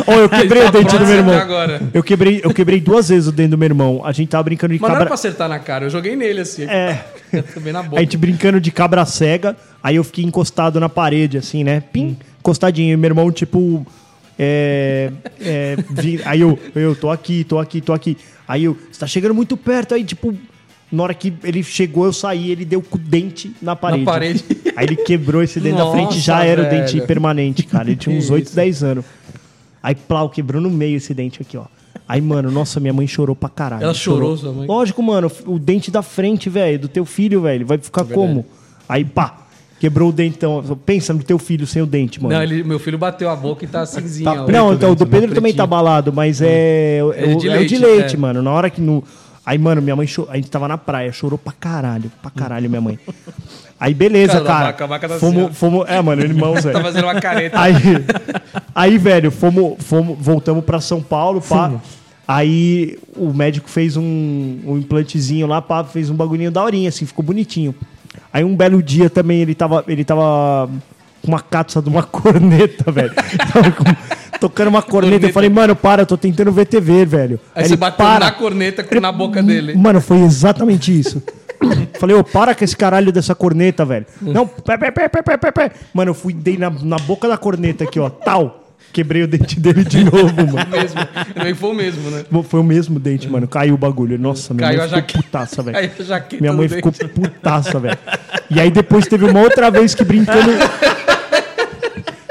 Speaker 4: Ó, eu quebrei
Speaker 3: Tá
Speaker 4: o dente do meu
Speaker 3: próximo
Speaker 4: irmão.
Speaker 3: agora.
Speaker 4: Eu quebrei, eu quebrei duas vezes o dente do meu irmão. A gente tava brincando de
Speaker 3: Mas não era
Speaker 4: cabra...
Speaker 3: pra acertar na cara, eu joguei nele assim.
Speaker 4: É. tipo,
Speaker 3: Também na
Speaker 4: A
Speaker 3: boca.
Speaker 4: gente brincando de cabra cega, aí eu fiquei encostado na parede, assim, né? Pim, encostadinho. E meu irmão, tipo. É, é, vi- aí eu, eu tô aqui, tô aqui, tô aqui. Aí eu, você tá chegando muito perto. Aí, tipo, na hora que ele chegou, eu saí, ele deu com o dente na parede.
Speaker 3: parede.
Speaker 4: Aí ele quebrou esse dente da frente, já
Speaker 3: Nossa,
Speaker 4: era
Speaker 3: velho.
Speaker 4: o dente permanente, cara. Ele tinha uns
Speaker 3: Que
Speaker 4: 8,
Speaker 3: isso.
Speaker 4: 10 anos. Aí, plau, quebrou no meio esse dente aqui, ó. Aí, mano, nossa, minha mãe chorou pra caralho.
Speaker 3: Ela chorou, sua mãe?
Speaker 4: Lógico, mano, o dente da frente, velho, do teu filho, velho, vai ficar como? Aí, pá, quebrou o dentão. Pensa no teu filho sem o dente, mano.
Speaker 3: Não, ele- meu filho bateu a boca e tá cinzinha.
Speaker 4: Tá-
Speaker 3: ó.
Speaker 4: não, então, o do
Speaker 3: Pretinho.
Speaker 4: Pedro também tá abalado, mas é, é,
Speaker 3: É
Speaker 4: o,
Speaker 3: de
Speaker 4: é o de
Speaker 3: leite,
Speaker 4: leite,
Speaker 3: é.
Speaker 4: mano. Na hora que no. Aí, mano, minha mãe chorou. A gente tava na praia, chorou pra caralho, pra caralho, minha mãe. Aí, beleza,
Speaker 3: Cara
Speaker 4: cara.
Speaker 3: da vaca, a vaca tá assim, ó.
Speaker 4: fomos, fomos, é, mano, irmão, velho.
Speaker 3: Tá fazendo uma careta.
Speaker 4: Aí, aí velho, fomos, fomos, voltamos pra São Paulo, pá. Aí o médico fez um, um implantezinho lá, pá, fez um bagulhinho daorinha, assim, ficou bonitinho. Aí um belo dia também ele tava, ele tava com uma cápsula de uma corneta, velho. Tava com- tocando uma corneta.
Speaker 3: Corneta.
Speaker 4: Eu falei, mano, para, eu tô tentando ver TV, velho.
Speaker 3: Aí você
Speaker 4: ele,
Speaker 3: bateu
Speaker 4: "Para."
Speaker 3: na corneta com- na boca dele.
Speaker 4: Mano, foi exatamente isso. Falei, ô, para com esse caralho dessa corneta, velho. Não, pé, pé, pé, pé, pé, pé, pé. Mano, eu fui, dei na, na boca da corneta aqui, ó, tal. Quebrei o dente dele de novo, mano.
Speaker 3: mesmo. Ele foi o mesmo, né?
Speaker 4: Foi o mesmo dente, mano. Caiu o bagulho. Nossa, minha
Speaker 3: Caiu
Speaker 4: mãe
Speaker 3: a
Speaker 4: ficou
Speaker 3: jaqueta.
Speaker 4: putaça, velho.
Speaker 3: Caiu a jaqueta
Speaker 4: Minha
Speaker 3: do
Speaker 4: mãe
Speaker 3: dente.
Speaker 4: ficou putaça, velho. E aí depois teve uma outra vez que brincando.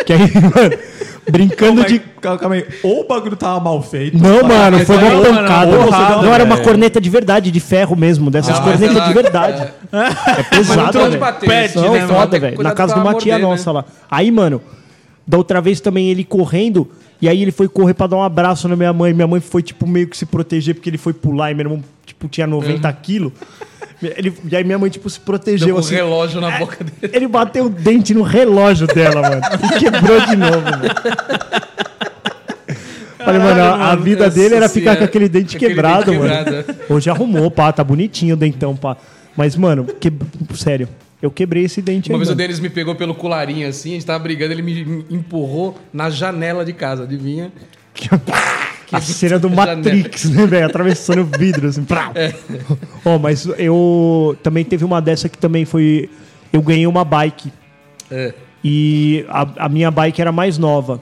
Speaker 4: que aí, mano,
Speaker 3: Oh
Speaker 4: brincando de.
Speaker 2: Calma, calma aí. Ou o bagulho tava mal feito.
Speaker 4: Não, mano, foi
Speaker 5: não,
Speaker 4: uma
Speaker 5: mano,
Speaker 4: pancada.
Speaker 5: porra,
Speaker 4: Não,
Speaker 5: velho.
Speaker 4: era é uma corneta de verdade, de ferro mesmo, dessas
Speaker 3: Ah, sei
Speaker 4: cornetas
Speaker 3: lá,
Speaker 4: de verdade. É, pesado,
Speaker 3: trono de
Speaker 4: velho.
Speaker 3: bater, Pet,
Speaker 4: Não,
Speaker 3: né, mano?
Speaker 4: foda,
Speaker 3: Tem que
Speaker 4: velho.
Speaker 3: cuidar
Speaker 4: Na casa de
Speaker 3: pra
Speaker 4: uma tia
Speaker 3: morder, né?
Speaker 4: nossa lá. Aí, mano, da outra vez também ele correndo, e aí ele foi correr pra dar um abraço na minha mãe. Minha mãe foi, tipo, meio que se proteger, porque ele foi pular, e meu irmão, tipo, tinha 90 quilos. Ele, e aí minha mãe, tipo, se
Speaker 3: Uhum. Deu
Speaker 4: protegeu,
Speaker 3: um
Speaker 4: assim.
Speaker 3: relógio na boca dele.
Speaker 4: Ele bateu o dente no relógio dela, mano. E quebrou de novo, mano. Falei, mano, a- a
Speaker 3: mano,
Speaker 4: vida
Speaker 3: essa
Speaker 4: dele era ficar com
Speaker 3: senhora,
Speaker 4: aquele dente
Speaker 3: aquele
Speaker 4: quebrado,
Speaker 3: dente
Speaker 4: mano.
Speaker 3: quebrado. é.
Speaker 4: Hoje arrumou, pá, tá bonitinho o dentão, pá. Mas, mano, que... sério, eu quebrei esse dente
Speaker 3: Uma
Speaker 4: aí,
Speaker 3: vez o
Speaker 4: mano.
Speaker 3: Denis me pegou pelo colarinho assim, a gente tava brigando, ele me me empurrou na janela de casa, adivinha?
Speaker 4: A cena do
Speaker 3: janela. É.
Speaker 4: Matrix, né, velho? Atravessando o vidro, assim, prá. Ó, mas eu... Também teve uma dessa que também foi... Eu ganhei uma bike.
Speaker 3: É.
Speaker 4: E a, a minha bike era mais nova.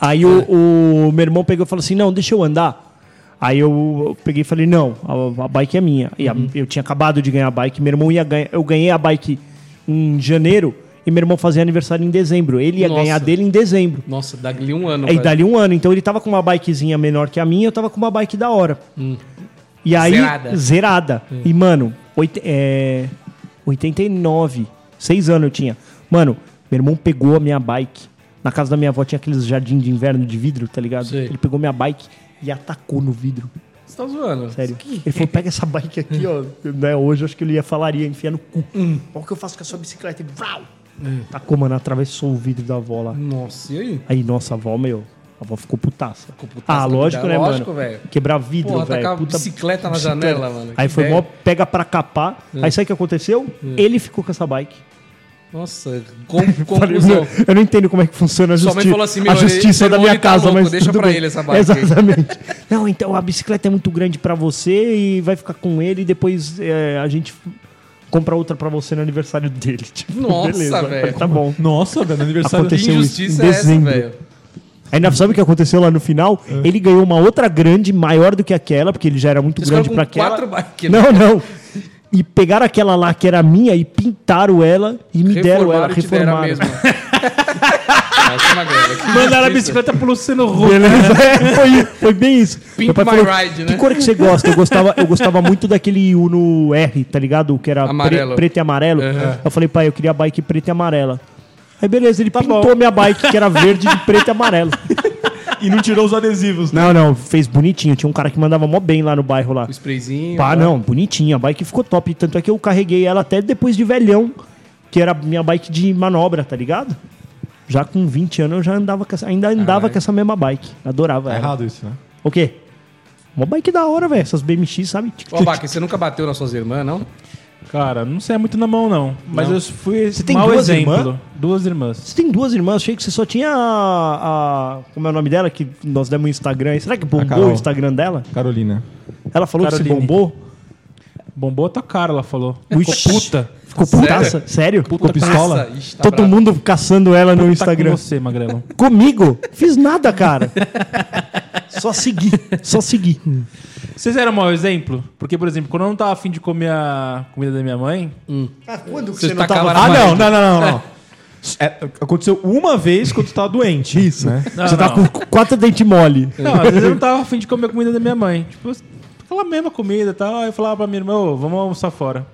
Speaker 4: Aí o, o meu irmão pegou e falou assim: Não, deixa eu andar. Aí eu peguei e falei: Não, a, a bike é minha. E a- eu tinha acabado de ganhar a bike. Meu irmão ia ganhar. Eu ganhei a bike em janeiro e meu irmão fazia aniversário em dezembro. Ele ia
Speaker 3: Nossa.
Speaker 4: ganhar dele em dezembro.
Speaker 3: Nossa, dali um ano.
Speaker 4: Aí
Speaker 3: quase.
Speaker 4: dali um ano. Então ele tava com uma bikezinha menor que a minha, eu tava com uma bike da hora. E aí.
Speaker 3: Zerada.
Speaker 4: Zerada. E, mano, oit- é, 89. Seis anos eu tinha. Mano, meu irmão pegou a minha bike. Na casa da minha avó tinha aqueles jardim de inverno de vidro, tá ligado?
Speaker 3: Sei.
Speaker 4: Ele pegou minha bike e atacou no vidro.
Speaker 3: Você tá zoando.
Speaker 4: Sério. Ele falou: pega essa bike aqui, ó. Né, hoje eu acho que ele ia falaria, enfia no cu. Olha o que eu faço com a sua bicicleta. E vrau! Tacou, mano, atravessou o vidro da avó lá.
Speaker 3: Nossa, e aí?
Speaker 4: Aí, nossa, avó, meu. A avó ficou putaça.
Speaker 3: putaça,
Speaker 4: ah, lógico, né,
Speaker 3: cuidado. Lógico,
Speaker 4: mano?
Speaker 3: velho.
Speaker 4: Quebrar vidro,
Speaker 3: Porra,
Speaker 4: velho.
Speaker 3: tacar
Speaker 4: Puta
Speaker 3: bicicleta na janela, mano.
Speaker 4: Aí
Speaker 3: Que É.
Speaker 4: foi
Speaker 3: ideia.
Speaker 4: mó pega pra capar. Aí sabe o que aconteceu?
Speaker 3: É.
Speaker 4: Ele ficou com essa bike.
Speaker 3: Nossa, com,
Speaker 4: Falei,
Speaker 3: conclusão.
Speaker 4: "Meu, eu não entendo como é que funciona a
Speaker 3: Sua mãe
Speaker 4: justiça.
Speaker 3: falou assim, meu,
Speaker 4: a
Speaker 3: ele-
Speaker 4: justiça
Speaker 3: seu
Speaker 4: da
Speaker 3: irmão,
Speaker 4: minha
Speaker 3: ele tá
Speaker 4: casa,
Speaker 3: louco,
Speaker 4: mas
Speaker 3: deixa
Speaker 4: tudo
Speaker 3: pra
Speaker 4: bem.
Speaker 3: ele essa bike aí.
Speaker 4: Exatamente. não, então a bicicleta é muito grande pra você e vai ficar com ele e depois é, a gente f- compra outra pra você no aniversário dele. Tipo,
Speaker 3: Nossa,
Speaker 4: beleza.
Speaker 3: velho.
Speaker 4: Tá bom.
Speaker 2: Nossa, velho, no aniversário
Speaker 3: Que
Speaker 4: Aconteceu.
Speaker 2: dele.
Speaker 3: injustiça é essa,
Speaker 4: dezembro.
Speaker 3: velho?
Speaker 4: Ainda sabe o que aconteceu lá no final? Ele ganhou uma outra grande, maior do que aquela, porque ele já era muito
Speaker 3: Vocês
Speaker 4: grande pra
Speaker 3: ficaram com
Speaker 4: aquela.
Speaker 3: quatro bikes, né?
Speaker 4: Não, não. E pegaram aquela lá que era minha e pintaram ela e me deram ela,
Speaker 3: Reformaram e te deram a
Speaker 4: reformaram.
Speaker 3: mesma. Ah, isso é uma grana. Que
Speaker 5: Mandaram a
Speaker 3: injustiça.
Speaker 5: bicicleta pro Luciano Huck.
Speaker 4: Beleza? É, foi, foi bem isso.
Speaker 3: Pimp
Speaker 4: Meu pai
Speaker 3: my
Speaker 4: falou,
Speaker 3: ride,
Speaker 4: Que
Speaker 3: né?"
Speaker 4: cor que você gosta? Eu gostava, eu gostava muito daquele Uno R, tá ligado? Que era
Speaker 3: Amarelo.
Speaker 4: pre- preto e amarelo. Eu falei, pai, eu queria a bike preta e amarela. Aí beleza, ele pintou minha bike, que era verde de preto e amarelo.
Speaker 2: E não tirou os adesivos. né?
Speaker 4: Não, não, fez bonitinho. Tinha um cara que mandava mó bem lá no bairro lá.
Speaker 3: O um sprayzinho. né?
Speaker 4: Pá,
Speaker 3: ó.
Speaker 4: não, bonitinha. A bike ficou top. Tanto é que eu carreguei ela até depois de velhão, que era minha bike de manobra, tá ligado? Já com 20 anos eu já andava com essa, ainda andava
Speaker 3: Caralho.
Speaker 4: com essa mesma bike. Adorava
Speaker 2: Tá
Speaker 4: ela.
Speaker 2: errado isso, né?
Speaker 4: O quê? Uma bike da hora, velho. Essas BMX, sabe? Tic, tic,
Speaker 3: Ô, Baque, você nunca bateu nas suas irmãs, não?
Speaker 5: Cara, não sei muito na mão, não. Mas eu fui esse
Speaker 4: tem
Speaker 5: mau
Speaker 4: duas
Speaker 5: exemplo.
Speaker 4: irmãs?
Speaker 5: Duas irmãs.
Speaker 4: Você tem duas irmãs, achei que você só tinha a, a- Como é o nome dela? Que nós demos o Instagram. Será que
Speaker 2: A
Speaker 4: bombou
Speaker 2: Carol.
Speaker 4: o Instagram dela?
Speaker 2: Carolina.
Speaker 4: Ela falou que se
Speaker 5: Caroline.
Speaker 4: bombou.
Speaker 5: Bombou a tua cara, ela falou.
Speaker 4: Ixi.
Speaker 5: Ficou puta. Tá
Speaker 4: Ficou putaça? Sério?
Speaker 2: Ficou pistola?
Speaker 3: Nossa, ixi, tá
Speaker 4: Todo
Speaker 3: bravo.
Speaker 4: mundo caçando ela no
Speaker 5: Tá com
Speaker 4: Instagram.
Speaker 5: você, Magrelão.
Speaker 4: Comigo? Fiz nada, cara. só segui. Só segui.
Speaker 5: Vocês eram mau exemplo? Porque, por exemplo, quando eu não tava afim de comer a comida da minha mãe,
Speaker 3: Você, tá tacava
Speaker 2: Ah,
Speaker 3: na
Speaker 2: não,
Speaker 3: parede.
Speaker 2: não, não, não. não. É, aconteceu uma vez quando tu tava doente. Isso, né?
Speaker 5: Não,
Speaker 4: você tá
Speaker 5: não.
Speaker 4: com quatro dentes mole.
Speaker 5: Não, às vezes eu não tava afim de comer a comida da minha mãe. Tipo, aquela mesma comida e tal. Aí eu falava pra minha irmã, ô, vamos almoçar fora.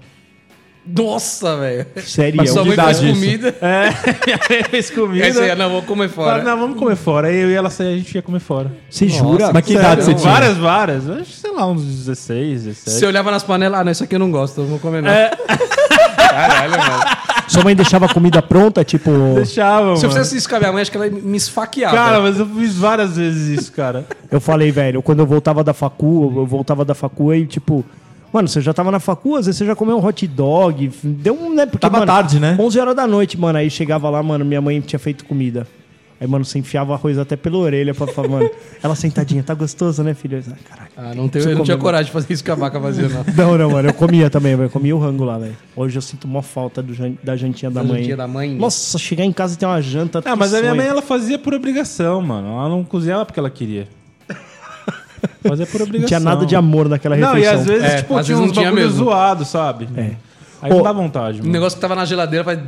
Speaker 3: Nossa, velho.
Speaker 4: Sério. é um
Speaker 3: Mas sua mãe faz
Speaker 2: idade isso?
Speaker 3: comida.
Speaker 5: É, minha mãe fez comida.
Speaker 3: Aí você ia, não, vou comer
Speaker 5: Falava,
Speaker 3: fora.
Speaker 5: não, vamos comer fora. Aí eu e ela saía, a gente ia comer fora.
Speaker 4: Você jura?
Speaker 2: Mas que idade você tinha?
Speaker 5: Várias, várias. Eu Acho, que, sei lá, uns 16, 17.
Speaker 3: Você olhava nas panelas, ah, não, isso aqui eu não gosto, eu não vou comer não.
Speaker 4: É.
Speaker 3: Caralho, velho.
Speaker 4: Sua mãe deixava a comida pronta, tipo.
Speaker 5: Deixava,
Speaker 3: Se eu
Speaker 5: mano.
Speaker 3: fizesse isso com a minha mãe, acho que ela me esfaqueava.
Speaker 5: um Cara, mas eu fiz várias vezes isso, cara.
Speaker 4: Eu falei, velho, quando eu voltava da facu, eu voltava da facu aí, tipo, mano, você já tava na facu, às vezes você já comeu um hot dog, deu um, né? Porque,
Speaker 2: Tava
Speaker 4: mano,
Speaker 2: tarde, né?
Speaker 4: 11 horas da noite, mano, aí chegava lá, mano, minha mãe tinha feito comida. Aí, mano, você enfiava arroz até pela orelha pra falar, mano, ela sentadinha, tá gostoso, né, filho? Eu, ah, caralho.
Speaker 3: Ah, não tenho, eu não tinha coragem de fazer isso com a vaca vazia, não.
Speaker 4: Não, não, mano, eu comia também, velho, eu comia o rango lá, velho. Hoje eu sinto mó falta do jan- da jantinha da,
Speaker 3: Da
Speaker 4: mãe.
Speaker 3: jantinha da mãe?
Speaker 4: Nossa, chegar em casa e ter uma janta.
Speaker 5: Ah, mas
Speaker 4: que
Speaker 5: a minha
Speaker 4: sonho.
Speaker 5: mãe, ela fazia por obrigação, mano. Ela não cozinhava porque ela queria. Fazia por obrigação.
Speaker 4: Não tinha nada de amor naquela
Speaker 5: é Não,
Speaker 4: refeição.
Speaker 5: e às vezes,
Speaker 3: É,
Speaker 5: tipo,
Speaker 3: às
Speaker 5: tinha
Speaker 3: vezes
Speaker 5: uns
Speaker 3: não tinha
Speaker 5: bagulho
Speaker 3: mesmo.
Speaker 5: zoado, sabe? É. Aí
Speaker 4: Ô,
Speaker 5: não dá vontade,
Speaker 3: Um
Speaker 5: mano.
Speaker 3: negócio que tava na geladeira faz,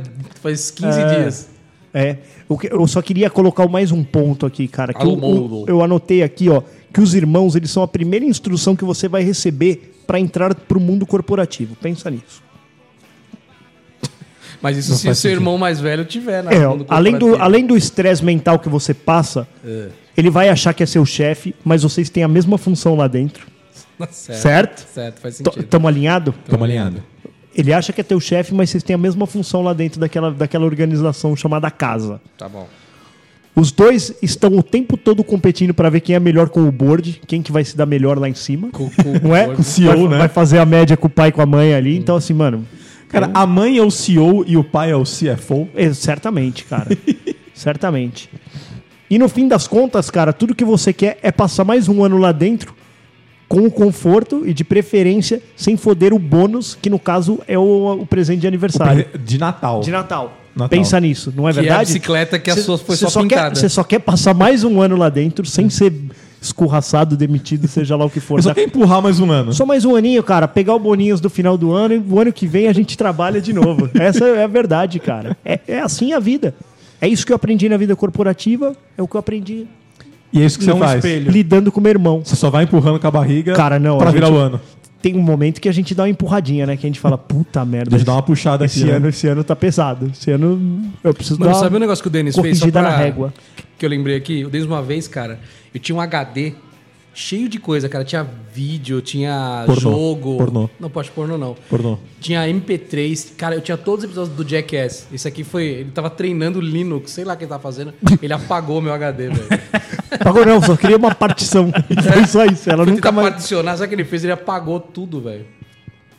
Speaker 3: faz 15 dias.
Speaker 4: É. Eu, que- eu só queria colocar mais um ponto aqui, cara. Que eu,
Speaker 3: Alô,
Speaker 4: eu, eu anotei aqui, ó, que os irmãos, eles são a primeira instrução que você vai receber pra entrar pro mundo corporativo. Pensa nisso.
Speaker 3: Mas isso se o seu irmão mais velho tiver, né?
Speaker 4: É, ó,
Speaker 3: Quando comprar
Speaker 4: além do
Speaker 3: dele.
Speaker 4: além do estresse mental que você passa, ele vai achar que é seu chefe, mas vocês têm a mesma função lá dentro,
Speaker 3: Certo,
Speaker 4: certo?
Speaker 3: é. certo, faz
Speaker 4: T-
Speaker 3: sentido.
Speaker 4: Tamo alinhado?
Speaker 2: Tamo alinhado.
Speaker 4: Ele acha que é teu chefe, mas vocês têm a mesma função lá dentro daquela, daquela organização chamada casa.
Speaker 3: Tá bom.
Speaker 4: Os dois estão o tempo todo competindo pra ver quem é melhor com o board, quem que vai se dar melhor lá em cima.
Speaker 3: Com- com-
Speaker 4: não é?
Speaker 3: com-
Speaker 4: o CEO, vai, né? Vai fazer a média com o pai e com a mãe ali. Então, assim, mano,
Speaker 2: Cara, a mãe é o CEO e o pai é o CFO.
Speaker 4: é, certamente, cara. certamente. E no fim das contas, cara, tudo que você quer é passar mais um ano lá dentro com o conforto e de preferência sem foder o bônus, que no caso é o, o presente de aniversário.
Speaker 2: De Natal.
Speaker 4: De Natal.
Speaker 2: Natal.
Speaker 4: Pensa nisso, não é
Speaker 3: Que é a
Speaker 4: verdade?
Speaker 3: bicicleta que a
Speaker 4: Cê-
Speaker 3: sua foi
Speaker 4: cê
Speaker 3: só pintada.
Speaker 4: Quer, você só quer passar mais um ano lá dentro sem ser escorraçado, demitido, seja lá o que for.
Speaker 2: É. Eu só
Speaker 4: Dá-
Speaker 2: quero empurrar mais um ano.
Speaker 4: Só mais um aninho, cara. Pegar o Boninhos do final do ano e o ano que vem a gente trabalha de novo. Essa é a verdade, cara. É, é assim a vida. É isso que eu aprendi na vida corporativa, é o que eu aprendi
Speaker 2: E é isso que você
Speaker 5: Não
Speaker 2: faz.
Speaker 5: espelho.
Speaker 4: lidando com meu irmão.
Speaker 2: Você só vai empurrando com a barriga
Speaker 4: Cara, não,
Speaker 2: pra
Speaker 4: a
Speaker 2: virar
Speaker 4: gente-
Speaker 2: o ano.
Speaker 4: Tem um momento que a gente dá uma empurradinha, né? Que a gente fala, puta merda.
Speaker 2: A gente dá uma puxada
Speaker 4: esse,
Speaker 2: aqui, né?
Speaker 4: ano, esse ano tá pesado. Esse ano eu preciso
Speaker 3: Mano,
Speaker 4: dar uma
Speaker 3: sabe o negócio que o Denis fez?
Speaker 4: corrigida na régua.
Speaker 3: Que eu lembrei aqui? O Denis, uma vez, cara, eu tinha um HD cheio de coisa, cara. Tinha vídeo, tinha
Speaker 2: Pornô.
Speaker 3: jogo.
Speaker 2: Pornô.
Speaker 3: Não pode pornô, não.
Speaker 2: Pornô.
Speaker 3: Tinha MP3. Cara, eu tinha todos os episódios do Jackass. Esse aqui foi. Ele tava treinando Linux, sei lá o que ele tava fazendo. Ele apagou meu HD, velho.
Speaker 4: Pagou não, só queria uma partição. Foi só isso. Ela
Speaker 3: Foi
Speaker 4: nunca
Speaker 3: tentar
Speaker 4: mais.
Speaker 3: particionar, sabe o que ele fez? Ele apagou tudo, velho.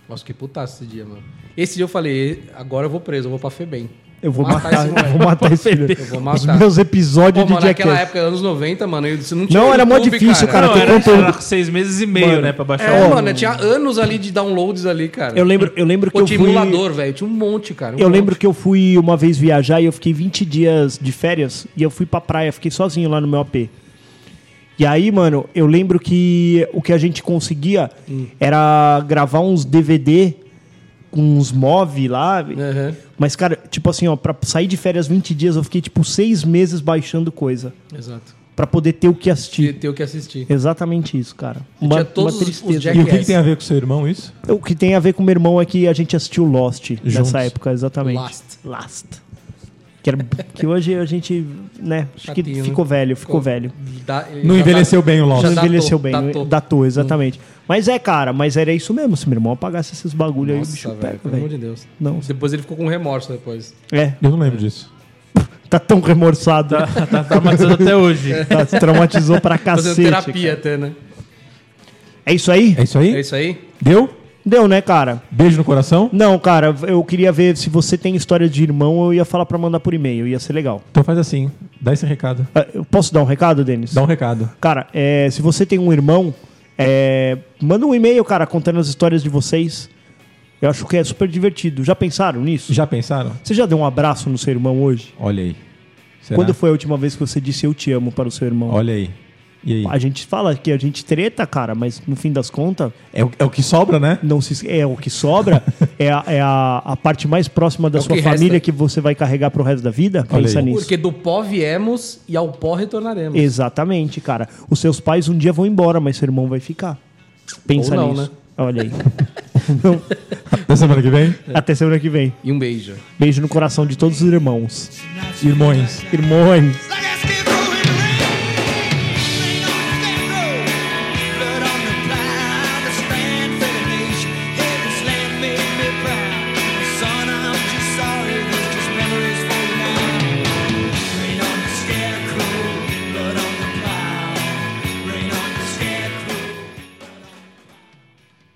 Speaker 3: Nossa, que putaço esse dia, mano. Esse dia eu falei, agora eu vou preso, eu vou pra Febem.
Speaker 4: Eu vou
Speaker 3: Matar
Speaker 4: matar,
Speaker 3: esse moleque.
Speaker 4: eu vou matar esse filho.
Speaker 3: Eu vou
Speaker 4: Os
Speaker 3: matar.
Speaker 4: meus episódios
Speaker 3: Pô, mano,
Speaker 4: de
Speaker 3: naquela
Speaker 4: Jackass.
Speaker 3: época, anos 90, mano, eu- você não
Speaker 4: Não, era mó
Speaker 3: YouTube,
Speaker 4: difícil, cara.
Speaker 5: Não,
Speaker 4: tem
Speaker 5: era,
Speaker 4: conteúdo.
Speaker 5: era seis meses e meio, né? Pra baixar
Speaker 3: É,
Speaker 5: o-
Speaker 3: mano, tinha anos ali de downloads ali, cara.
Speaker 4: Eu lembro, eu lembro que
Speaker 3: Pô,
Speaker 4: eu
Speaker 3: tinha
Speaker 4: fui...
Speaker 3: emulador, velho. Tinha um monte, cara. um
Speaker 4: Eu
Speaker 3: monte.
Speaker 4: lembro que eu fui uma vez viajar e eu fiquei 20 dias de férias e eu fui pra praia, fiquei sozinho lá no meu AP. E aí, mano, eu lembro que o que a gente conseguia
Speaker 3: Hum.
Speaker 4: era gravar uns DVD com uns MOV lá.
Speaker 3: Aham.
Speaker 4: Mas, cara, tipo assim, ó, pra sair de férias 20 dias, eu fiquei, tipo, seis meses baixando coisa
Speaker 3: Exato.
Speaker 4: Pra poder ter o que
Speaker 3: Tinha
Speaker 4: assistir.
Speaker 3: ter o que assistir.
Speaker 4: Exatamente isso, cara. Uma,
Speaker 3: Tinha todos
Speaker 4: uma
Speaker 3: os- os
Speaker 4: tristeza.
Speaker 2: E o que, que
Speaker 3: Jackass.
Speaker 2: tem a ver com seu irmão isso?
Speaker 4: O que tem a ver com meu irmão é que a gente assistiu Lost
Speaker 2: Juntos.
Speaker 4: nessa época, exatamente.
Speaker 3: Last.
Speaker 4: Last. Que, era- que hoje a gente, né, acho que
Speaker 3: Chatinho,
Speaker 4: ficou
Speaker 3: né?
Speaker 4: velho, ficou velho.
Speaker 3: Dá- ele
Speaker 2: Não
Speaker 3: já
Speaker 2: envelheceu
Speaker 3: dá-
Speaker 2: bem o
Speaker 3: já
Speaker 2: Lost.
Speaker 4: Não
Speaker 3: datou,
Speaker 4: envelheceu bem, né?
Speaker 3: datou. Hum.
Speaker 4: datou, exatamente. Mas é, cara, mas era isso mesmo. Se meu irmão apagasse esses bagulho aí, o bicho
Speaker 3: Nossa, velho,
Speaker 4: pega,
Speaker 3: pelo amor
Speaker 4: velho.
Speaker 3: de Deus.
Speaker 4: Não.
Speaker 3: Depois ele ficou com remorso depois.
Speaker 4: É,
Speaker 2: Eu não lembro disso.
Speaker 4: tá tão remorçado,
Speaker 5: Tá traumatizado até hoje.
Speaker 4: tá, se traumatizou pra
Speaker 3: Tá Fazendo
Speaker 4: cacete.
Speaker 3: terapia até, né?
Speaker 4: cara. É isso aí?
Speaker 2: É isso aí?
Speaker 3: É isso aí?
Speaker 2: Deu?
Speaker 4: Deu, né, cara?
Speaker 2: Beijo no coração?
Speaker 4: Não, cara, eu queria ver se você tem história de irmão, eu ia falar pra mandar por e-mail, ia ser legal.
Speaker 2: Então faz assim, dá esse recado.
Speaker 4: Ah, Eu posso dar um recado, Denis?
Speaker 2: Dá um recado.
Speaker 4: Cara, é, se você tem um irmão, é, manda um e-mail, cara, contando as histórias de vocês. Eu acho que é super divertido. Já pensaram nisso?
Speaker 2: Já pensaram?
Speaker 4: Você já deu um abraço no seu irmão hoje?
Speaker 2: Olha aí. Será?
Speaker 4: Quando foi a última vez que você disse eu te amo para o seu irmão?
Speaker 2: Olha aí. E aí?
Speaker 4: A gente fala que a gente treta, cara, mas no fim das contas,
Speaker 2: É o, é o que sobra, né?
Speaker 4: não se esque- é o que sobra, é, a, é a- a parte mais próxima da
Speaker 3: É o
Speaker 4: sua
Speaker 3: que
Speaker 4: família
Speaker 3: resta.
Speaker 4: que você vai carregar pro resto da vida.
Speaker 2: Olha
Speaker 4: Pensa
Speaker 2: aí.
Speaker 4: nisso.
Speaker 3: Porque do pó viemos e ao pó retornaremos.
Speaker 4: Exatamente, cara. Os seus pais um dia vão embora, mas seu irmão vai ficar. Pensa
Speaker 3: Ou não,
Speaker 4: nisso.
Speaker 3: né?
Speaker 4: Olha aí. Não.
Speaker 2: Da semana que vem,
Speaker 4: Até semana que vem.
Speaker 3: E um beijo.
Speaker 4: Beijo no coração de todos os irmãos.
Speaker 2: irmãos.
Speaker 4: Irmãos.
Speaker 6: Like